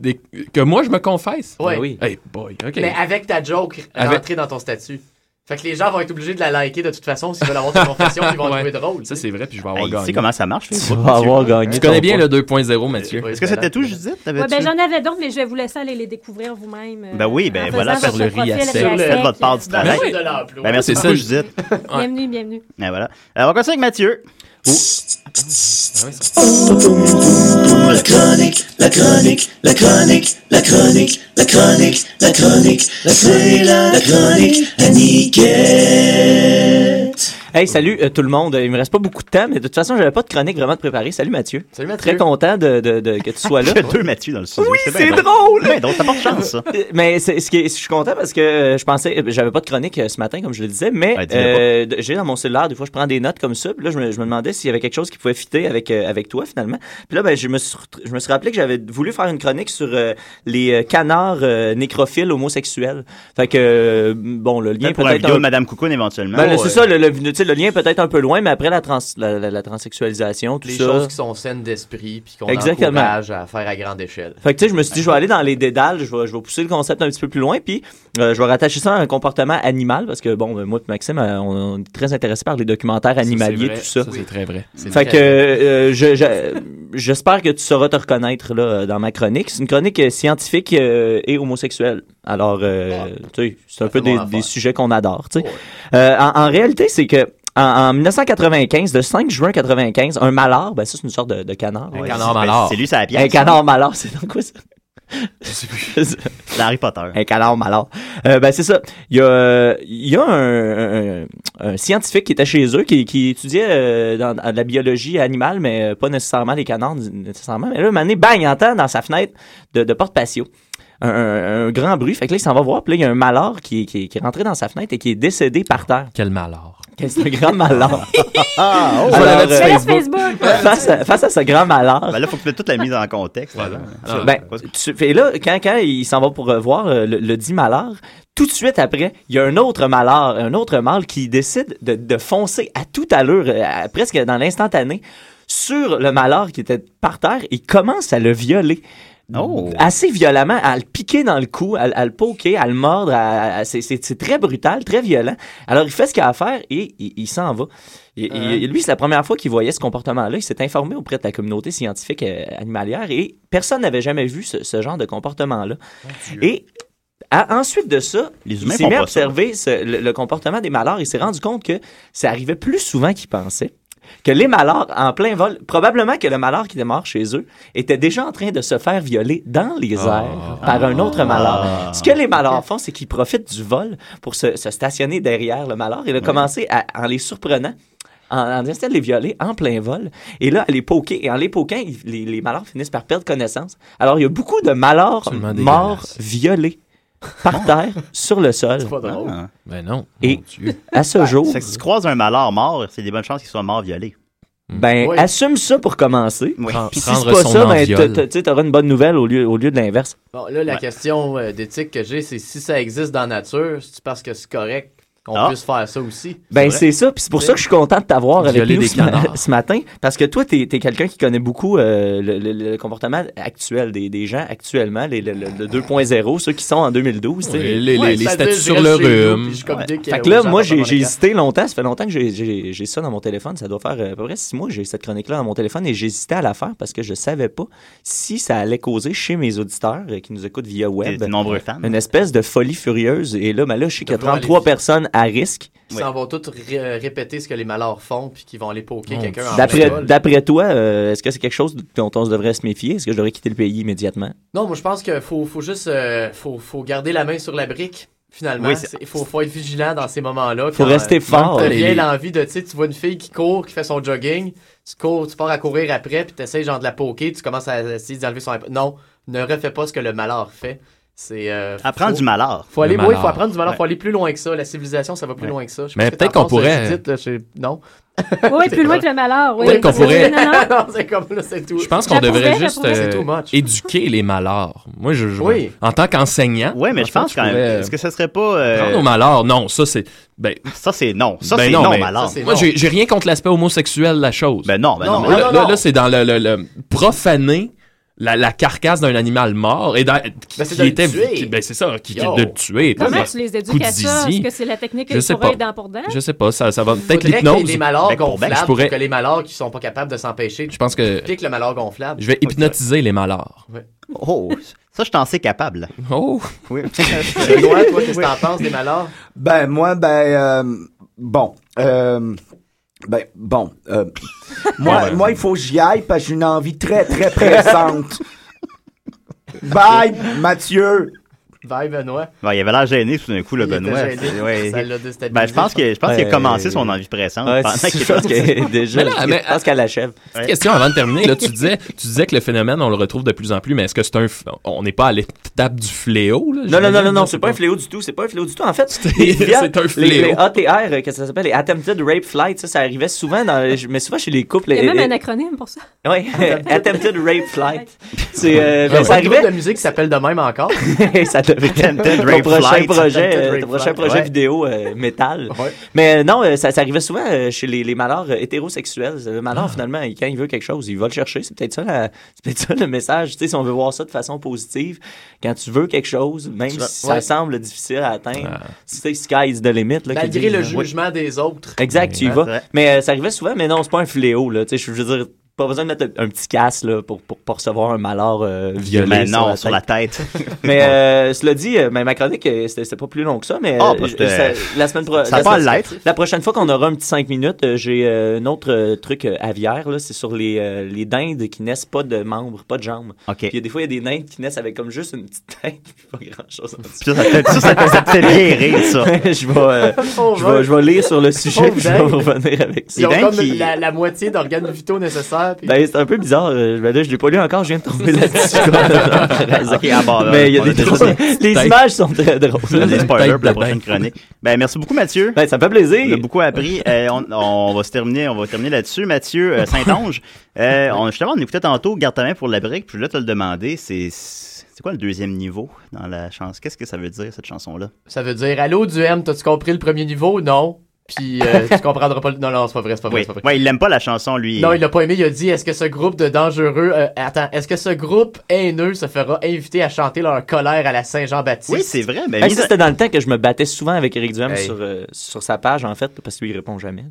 E: Des- que moi je me confesse.
F: Ben
D: Ouais.
E: Ah Oui. Hey boy, ok.
D: Mais avec ta joke
E: Avec-
D: rentrée dans ton statut. Fait que les gens vont être obligés de la liker de toute façon s'ils veulent avoir ta confession, ils vont
E: Ouais.
D: trouver drôle.
E: Ça c'est vrai, puis je vais
A: Hey,
E: avoir
A: tu
E: gagné.
A: sais comment ça marche,
F: Tu
A: Facebook?
F: vas avoir
A: Mathieu?
F: gagné.
E: Tu connais
F: ton
E: bien
F: point.
E: le 2.0, Mathieu.
A: Est-ce que c'était tout, Judith? T'avais-tu-
S: Ouais, ben, J'en avais d'autres, mais je vais vous laisser aller les découvrir vous-même. euh,
A: Ben oui,
S: en
A: ben
S: faisant
A: voilà,
S: votre
A: faites le
S: profil
A: riz à sec.
S: Riasec.
A: Faites votre part du
D: Ben
A: travail.
D: oui.
A: Ben, merci
E: C'est
A: beaucoup,
E: ça,
A: Judith.
S: Bienvenue, bienvenue.
A: Ben voilà. Alors, on continue avec Mathieu.
R: Ah La chronique, la chronique, la chronique, la chronique, la chronique, la chronique, c'est la chronique à Niquette.
F: Hey, salut euh, tout le monde. Il me reste pas beaucoup de temps, mais de toute façon, j'avais pas de chronique vraiment de préparer. Salut Mathieu.
D: Salut
A: Mathieu.
F: Très content de, de- de- que tu sois là.
A: Il y a deux Mathieu dans le studio.
F: Oui,
A: bien
F: c'est
A: drôle.
F: drôle.
A: C'est bien drôle, ça porte chance, ça.
F: Euh, Mais c'est- ce qui est- je suis content parce que euh, je pensais, euh, j'avais pas de chronique euh, ce matin comme je le disais, mais
A: dis-le pas.
F: euh, de- j'ai dans mon cellulaire des fois je prends des notes comme ça. Puis là je me, je me demandais s'il y avait quelque chose qui pouvait fitter avec euh, avec toi finalement. Puis là ben je me suis, ret- je me suis rappelé que j'avais voulu faire une chronique sur euh, les euh, canards euh, nécrophiles homosexuels. Fait que euh, bon le lien
A: Peut-être Ben, pour un vidéo
F: un-
A: de Madame Coucoune éventuellement.
F: ben, c'est ça, le, le, tu sais, le lien est peut-être un peu loin, mais après la, trans, la, la- la transsexualisation, tout
D: Les
F: ça.
D: choses qui sont saines d'esprit puis qu'on
F: Exactement.
D: encourage à faire à grande échelle.
F: Fait que tu sais, je me suis dit, je vais aller dans les dédales, je vais, je vais pousser le concept un petit peu plus loin, puis euh, je vais rattacher ça à un comportement animal, parce que bon, ben, moi et Maxime, euh, on, on est très intéressés par les documentaires animaliers,
E: vrai,
F: tout ça.
E: ça, c'est très vrai. C'est
F: Fait
E: très
F: que euh, je- je- j'espère que tu sauras te reconnaître là, euh, dans ma chronique. C'est une chronique euh, scientifique euh, et homosexuelle. Alors, euh, tu sais, c'est un peu des, des sujets qu'on adore, tu sais. Euh, en, en réalité, c'est que en, en 1995, le 5 juin 95, un malard, ben ça c'est une sorte de, de canard.
A: Un
F: ouais.
A: canard malard. Ben, C'est lui, ça la pièce, hein.
F: Un
A: ça.
F: canard malard, c'est dans quoi ça?
A: Harry Potter.
F: Un canard malard. Euh, ben, c'est ça. Il y a, euh, il y a un, un- un scientifique qui était chez eux, qui, qui étudiait euh, dans, dans la biologie animale, mais euh, pas nécessairement les canards, ni- nécessairement. Mais là, un moment donné, bang, il entend dans sa fenêtre de, de porte-patio un, un- un grand bruit. Fait que là, il s'en va voir. Puis là, il y a un malard qui, qui- qui est rentré dans sa fenêtre et qui est décédé par terre. Quel malard. C'est un grand malard.
A: Ah,
F: oh,
A: voilà,
F: Alors,
A: là,
F: euh,
A: sur Facebook.
F: face, à, face à ce grand malheur.
A: Ben là, faut que tu mettes toute la mise en contexte. là. Ça,
F: Ben, tu- et là, quand, quand il s'en va pour euh, voir euh, le, le dit malheur, tout de suite après, il y a un autre malheur, un autre mâle qui décide de, de foncer à toute allure, euh, à- presque dans l'instantané, sur le malheur qui était par terre. Il commence à le violer.
A: Oh.
F: Assez violemment, à le piquer dans le cou, à, à le poquer, à le mordre. à- à- c'est, c'est- c'est très brutal, très violent. Alors, il fait ce qu'il a à faire et il, il s'en va. Et-
A: Euh.
F: et- et lui, c'est la première fois qu'il voyait ce comportement-là. Il s'est informé auprès de la communauté scientifique euh, animalière et personne n'avait jamais vu ce, ce genre de comportement-là. et à- ensuite de ça,
A: Les
F: il
A: humains
F: s'est
A: font
F: mis à
A: pas ça.
F: observer ce- le, le comportement des malheurs. Il s'est rendu compte que ça arrivait plus souvent qu'il pensait. Que les malheurs en plein vol, probablement que le malheur qui était mort chez eux était déjà en train de se faire violer dans les
A: Ah.
F: airs par un autre malheur. Ce que les malheurs font, c'est qu'ils profitent du vol pour se, se stationner derrière le malheur. Il a commencé à- en les surprenant en, en essayant de les violer en plein vol. Et là, à les poquer. Et en les poquant, ils- les, les malheurs finissent par perdre connaissance. Alors, il y a beaucoup de malheurs morts violés par
A: Ah.
F: terre, sur le sol. C'est
D: pas drôle.
A: Ben non.
F: Et à ce jour...
A: Si tu croises un malheur mort, c'est des bonnes chances qu'il soit mort violé.
F: Ben,
A: Oui.
F: assume ça pour commencer.
A: Oui.
F: Puis si c'est
A: Prendre
F: pas
A: son
F: ça, ben,
A: enviol.
F: t'as- t'as- tu sais, t'auras une bonne nouvelle au lieu, au lieu de l'inverse.
D: Bon, là, la
F: Ouais.
D: question euh, d'éthique que j'ai, c'est si ça existe dans la nature, c'est parce que c'est correct qu'on
F: Ah.
D: puisse faire ça aussi.
F: Ben, c'est ça. Puis c'est pour ça que je suis content de t'avoir avec
D: Violer
F: nous
D: des
F: ce, ma-
D: canards.
F: ce matin. Parce que toi, t'es es, quelqu'un qui connaît beaucoup euh, le, le- le comportement actuel des, des gens actuellement, les, le, le- le 2.0, ceux qui sont en 2012. tu sais.
E: Oui, les- les- Ouais, les ça statuts veut dire, sur je reste le chez nous, rhume. puis je suis comme
F: Ouais.
E: dès que
F: Fait que là,
E: aux gens
F: moi,
E: dans
F: j'ai
E: mon
F: j'ai
E: écran.
F: hésité longtemps. Ça fait longtemps que j'ai- j'ai j'ai ça dans mon téléphone. Ça doit faire euh, à peu près six mois. J'ai cette chronique-là dans mon téléphone et j'hésitais à la faire parce que je savais pas si ça allait causer chez mes auditeurs euh, qui nous écoutent via web
A: Des- des nombreux fans.
F: une espèce de folie furieuse. Et là, ben là je sais qu'il y a
D: vouloir aller
F: 33 personnes à risque.
D: Ils s'en vont tous ré- répéter ce que les malheurs font, puis qu'ils vont aller poker
F: Mon
D: quelqu'un en plein
F: D'après,
D: vol.
F: d'après toi, euh, est-ce que c'est quelque chose dont on se devrait se méfier? Est-ce que je devrais quitter le pays immédiatement?
D: Non, moi, je pense qu'il faut, faut juste euh, faut, faut garder la main sur la brique. Finalement,
F: Oui,
D: il
F: c'est-
D: faut, faut être vigilant dans ces moments-là.
F: Faut
D: quand,
F: rester
D: euh,
F: fort.
D: Quand
F: Les-
D: vient l'envie de, tu sais, tu vois une fille qui court, qui fait son jogging, tu cours, tu pars à courir après, puis t'essayes genre de la poker, tu commences à essayer d'enlever son... imp- Non, ne refais pas ce que le malheur fait. C'est... euh,
A: Apprendre
D: faut-
A: du malheur.
D: Faut aller,
A: Le
D: oui,
A: malheur.
D: faut apprendre du malheur,
A: Ouais.
D: faut aller plus loin que ça. La civilisation, ça va plus
A: Ouais.
D: loin que ça. Je sais
A: Mais
D: pas ce que
A: peut-être
D: t'en
A: qu'on
D: penses, euh,
A: pourrait-
D: Judith, là, je- Non?
S: Oui, plus loin que le malheur. Oui,
D: Peut-être qu'on
S: Parce que-
D: pourrait-
S: Non, non.
D: Non, c'est comme là, c'est tout.
E: Je pense qu'on devrait juste
D: C'est
E: euh,
D: too much.
E: éduquer les malheurs. Moi, je, je-
D: Oui.
E: en tant qu'enseignant.
A: Oui, mais je pense quand même. Est-ce que ça serait pas. euh,
E: Prendre aux malheurs, non, ça c'est. Ben,
A: ça c'est non. Ça, c'est
E: non,
A: non,
E: mais-
A: malheur. Ça, c'est
E: Moi,
A: non.
E: j'ai j'ai rien contre l'aspect homosexuel de la chose. Ben
A: non, ben non, Non, mais-
E: Là,
A: non,
E: là-
A: non.
E: là, c'est dans le, le- le- profaner la, la carcasse d'un animal mort et dans- qui,
S: Ben, c'est
E: qui
S: de le
E: était.
S: tuer.
E: qui- ben, c'est ça, qui, qui-
S: Yo.
E: de le tuer.
S: Comment
E: Parce-
S: tu les
E: coup
S: éduques
E: de
S: à ça? Est-ce
E: zizi.
S: que c'est la technique
E: Je sais
S: pour être
E: pas.
S: dans pour dents?
E: Je sais pas, ça, ça va peut-être
D: Faudrait qu'il y ait
E: l'hypnose.
D: des malheurs
A: Ben,
E: Bec pour bec.
D: gonflables
E: Je pourrais-
D: que les malheurs qui sont pas capables de s'empêcher.
E: Je pense que-
D: Pique le malheur gonflable.
E: Je vais hypnotiser les malheurs.
A: Oh, ça, je t'en sais capable.
E: Oh!
A: Oui.
D: Benoît, toi, qu'est-ce que t'en penses des malheurs?
G: Ben, moi, ben, euh, bon. euh, ben, bon. euh, moi,
I: Ouais, ouais.
G: moi, il faut que j'y aille parce que j'ai une envie très, très pressante. Bye, Mathieu.
D: Bye, Benoît.
A: Ouais, il avait l'air gêné tout d'un coup, le
D: Il était
A: Benoît.
D: gêné.
A: Ouais.
D: Ça l'a déstabilisé,
A: Ben, je pense que- je pense qu'il
F: Ouais.
A: a commencé son envie pressante.
F: Ouais,
A: pendant
F: c'est
A: qu'il
F: je pense
A: était-
F: que- déjà,
E: Mais là,
F: je
E: mais-
F: pense qu'elle l'achève.
E: Petite question avant de terminer. Là, tu, disais, tu disais que le phénomène, on le retrouve de plus en plus, mais est-ce que c'est un. f- On n'est pas à l'étape du fléau, là,
F: Non, non, non,
E: j'imagine,
F: non, non,
E: là,
F: c'est pas un fléau du tout, c'est pas un fléau du tout. En fait,
E: les viols- c'est un fléau.
F: Les, les ATR, euh, qu'est-ce que ça s'appelle, les Attempted Rape Flight, ça, ça arrivait souvent dans, je- mais souvent chez les couples.
S: Il y a
F: les-
S: même
F: les-
S: un acronyme pour ça.
F: Ouais, Attempted Rape Flight. C'est, euh,
D: Il y a
F: ça
D: pas de
F: arrivait.
D: groupe de musique qui s'appelle de même encore.
F: ça devrait
D: Attempted
F: ton
D: Rape
F: prochain
D: Flight.
F: projet,
D: Attempted
F: euh,
D: Rape
F: ton prochain
D: Flight,
F: projet
D: ouais.
F: vidéo euh, métal. Mais euh, non, euh, ça, ça arrivait souvent euh, chez les, les malheurs euh, hétérosexuels. Le
D: Ah.
F: malheur, finalement, il- quand il veut quelque chose, il va le chercher. C'est peut-être ça, la- c'est peut-être ça le message. Tu sais, si on veut voir ça de façon positive, quand tu veux quelque chose, même
D: Tu vas-
F: si ça
D: ouais. Ah.
F: semble difficile à atteindre, tu sais, sky is the limit. Là, qu'ils
D: Malgré
F: disent,
D: le
F: là.
D: jugement des autres.
F: Exact, tu y
D: Ouais,
F: vas.
D: c'est vrai.
F: Mais euh, ça arrivait souvent, mais non, c'est pas un fléau. Là. Tu sais, Je je veux dire, pas besoin de mettre un, un petit casque là, pour, pour, pour recevoir un malheur euh, violent.
A: Ben non, sur la tête.
F: mais euh, cela dit, euh, ben, ma chronique, euh, c'était c'était pas plus long que ça, mais
A: Ah,
F: euh,
A: bah,
F: je-
A: c'était-
F: ça- la semaine pro-
A: Ça
F: la
A: va
F: semaine-
A: l'être.
F: La prochaine fois qu'on aura un petit 5 minutes, euh, j'ai euh, un autre euh, truc euh, aviaire. là, C'est sur les, euh, les dindes qui naissent pas de membres, pas de jambes.
A: OK.
F: Puis il y a des fois, il y a des dindes qui naissent avec comme juste une petite tête, puis pas grand-chose. en
A: Puis
F: dessous.
A: ça, ça te- ça, ça te- ça te fait bien rire, ça.
F: je, vais, euh, je, vais, je vais lire sur le sujet,
D: Pauvre
F: puis je vais
D: dingue.
F: vous revenir avec ça.
D: Ils ont comme la, la moitié d'organes vitaux nécessaires. puis-
F: Ben, c'est un peu bizarre. euh, ben là, je l'ai pas lu encore, je viens de tomber là-dessus.
A: Ok, à bord, là,
F: Mais il y a
A: on
F: des
A: a déjà
F: drôles-
A: dit.
F: Les
A: Tête.
F: images sont très drôles.
A: C'est des spoilers pour la prochaine chronique. Ben, merci beaucoup, Mathieu.
F: ça me fait plaisir.
A: On a beaucoup appris. Euh, on, on va se terminer, on va terminer là-dessus. Mathieu euh, Saint-Onge, euh, on, justement, on écoutait tantôt Garde ta main pour la brique, puis là, tu as le demandé, c'est c'est quoi le deuxième niveau dans la chanson? Qu'est-ce que ça veut dire, cette chanson-là?
D: Ça veut dire Allô, du M, t'as-tu compris le premier niveau Non. Puis euh, tu comprendras pas le. Non, non, c'est pas vrai, c'est pas vrai.
A: Oui,
D: c'est pas vrai.
A: ouais, il l'aime pas, la chanson, lui.
D: Non, il l'a pas aimé. Il a dit Est-ce que ce groupe de dangereux. euh, attends, est-ce que ce groupe haineux se fera inviter à chanter leur colère à la Saint-Jean-Baptiste
A: Oui, c'est vrai.
F: Hey, ça, c'était dans le temps que je me battais souvent avec Eric Duhem
D: Hey.
F: sur, euh, sur sa page, en fait, parce que lui, il répond jamais.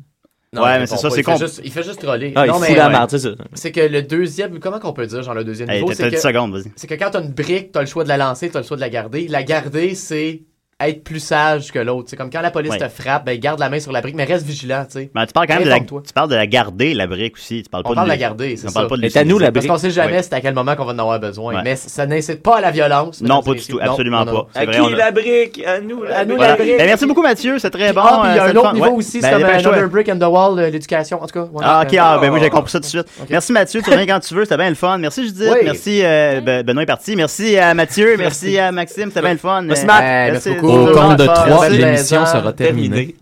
D: Non, il répond pas. Il fait juste- Il fait juste troller.
F: Ah, il
D: Non,
F: fout
D: mais-
F: la
D: ouais.
F: merde, c'est ça.
D: C'est que le deuxième, comment qu'on peut dire, genre le deuxième
A: Hey,
D: niveau,
A: t'as-
D: c'est
A: t'as
D: que,
A: dix secondes, vas-y.
D: c'est que quand t'as une brique, t'as le choix de la lancer, t'as le choix de la garder. La garder, c'est être plus sage que l'autre. C'est comme quand la police
A: Ouais.
D: te frappe, ben garde la main sur la brique, mais reste vigilant, tu sais.
A: Ben, tu parles quand même de la,
D: Informe-toi.
A: tu parles de la garder, la brique aussi. Tu parles pas
D: On parle de la
A: l'ut-
D: garder, c'est
A: On
D: ça.
A: parle pas de
D: C'est à nous, la
A: l'utiliser.
D: Parce qu'on sait jamais
A: Ouais.
D: c'est à quel moment qu'on va en avoir besoin.
A: Ouais.
D: Mais c- ça n'incite pas à la violence.
A: Non,
D: mesdames
A: pas
D: et
A: du
D: messieurs.
A: tout,
D: Non,
A: absolument
D: non, non.
A: pas. C'est vrai, on a-
F: brique À nous, à
D: nous
A: Voilà.
D: la brique.
A: Ben, merci beaucoup, Mathieu. C'est très bon.
D: Ah, puis il y a
A: euh,
D: un
A: c'est
D: autre
A: le fun.
D: niveau
A: Ouais.
D: aussi, c'est
A: Ben,
D: comme
A: dépêche-toi.
D: Another Brick in the Wall, euh, l'éducation, en tout cas. voilà.
A: Ah, ok, ah, ben oui, j'ai
D: Ah.
A: compris ça tout de suite. Merci Mathieu, tu reviens quand tu veux, c'était bien le fun. Merci Judith,
D: Oui.
A: merci euh, Ben- Benoît est parti, merci à Mathieu, merci à Maxime, c'était bien le fun.
E: Merci,
A: Euh,
E: Matt. Merci beaucoup. Au
A: Merci.
E: compte de trois,
A: Merci.
E: l'émission sera terminée.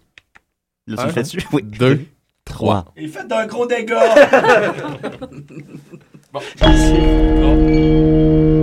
A: Là, tu le
E: Un,
A: fais-tu? Oui.
E: Deux, trois.
G: Et faites d'un gros dégât! bon, merci.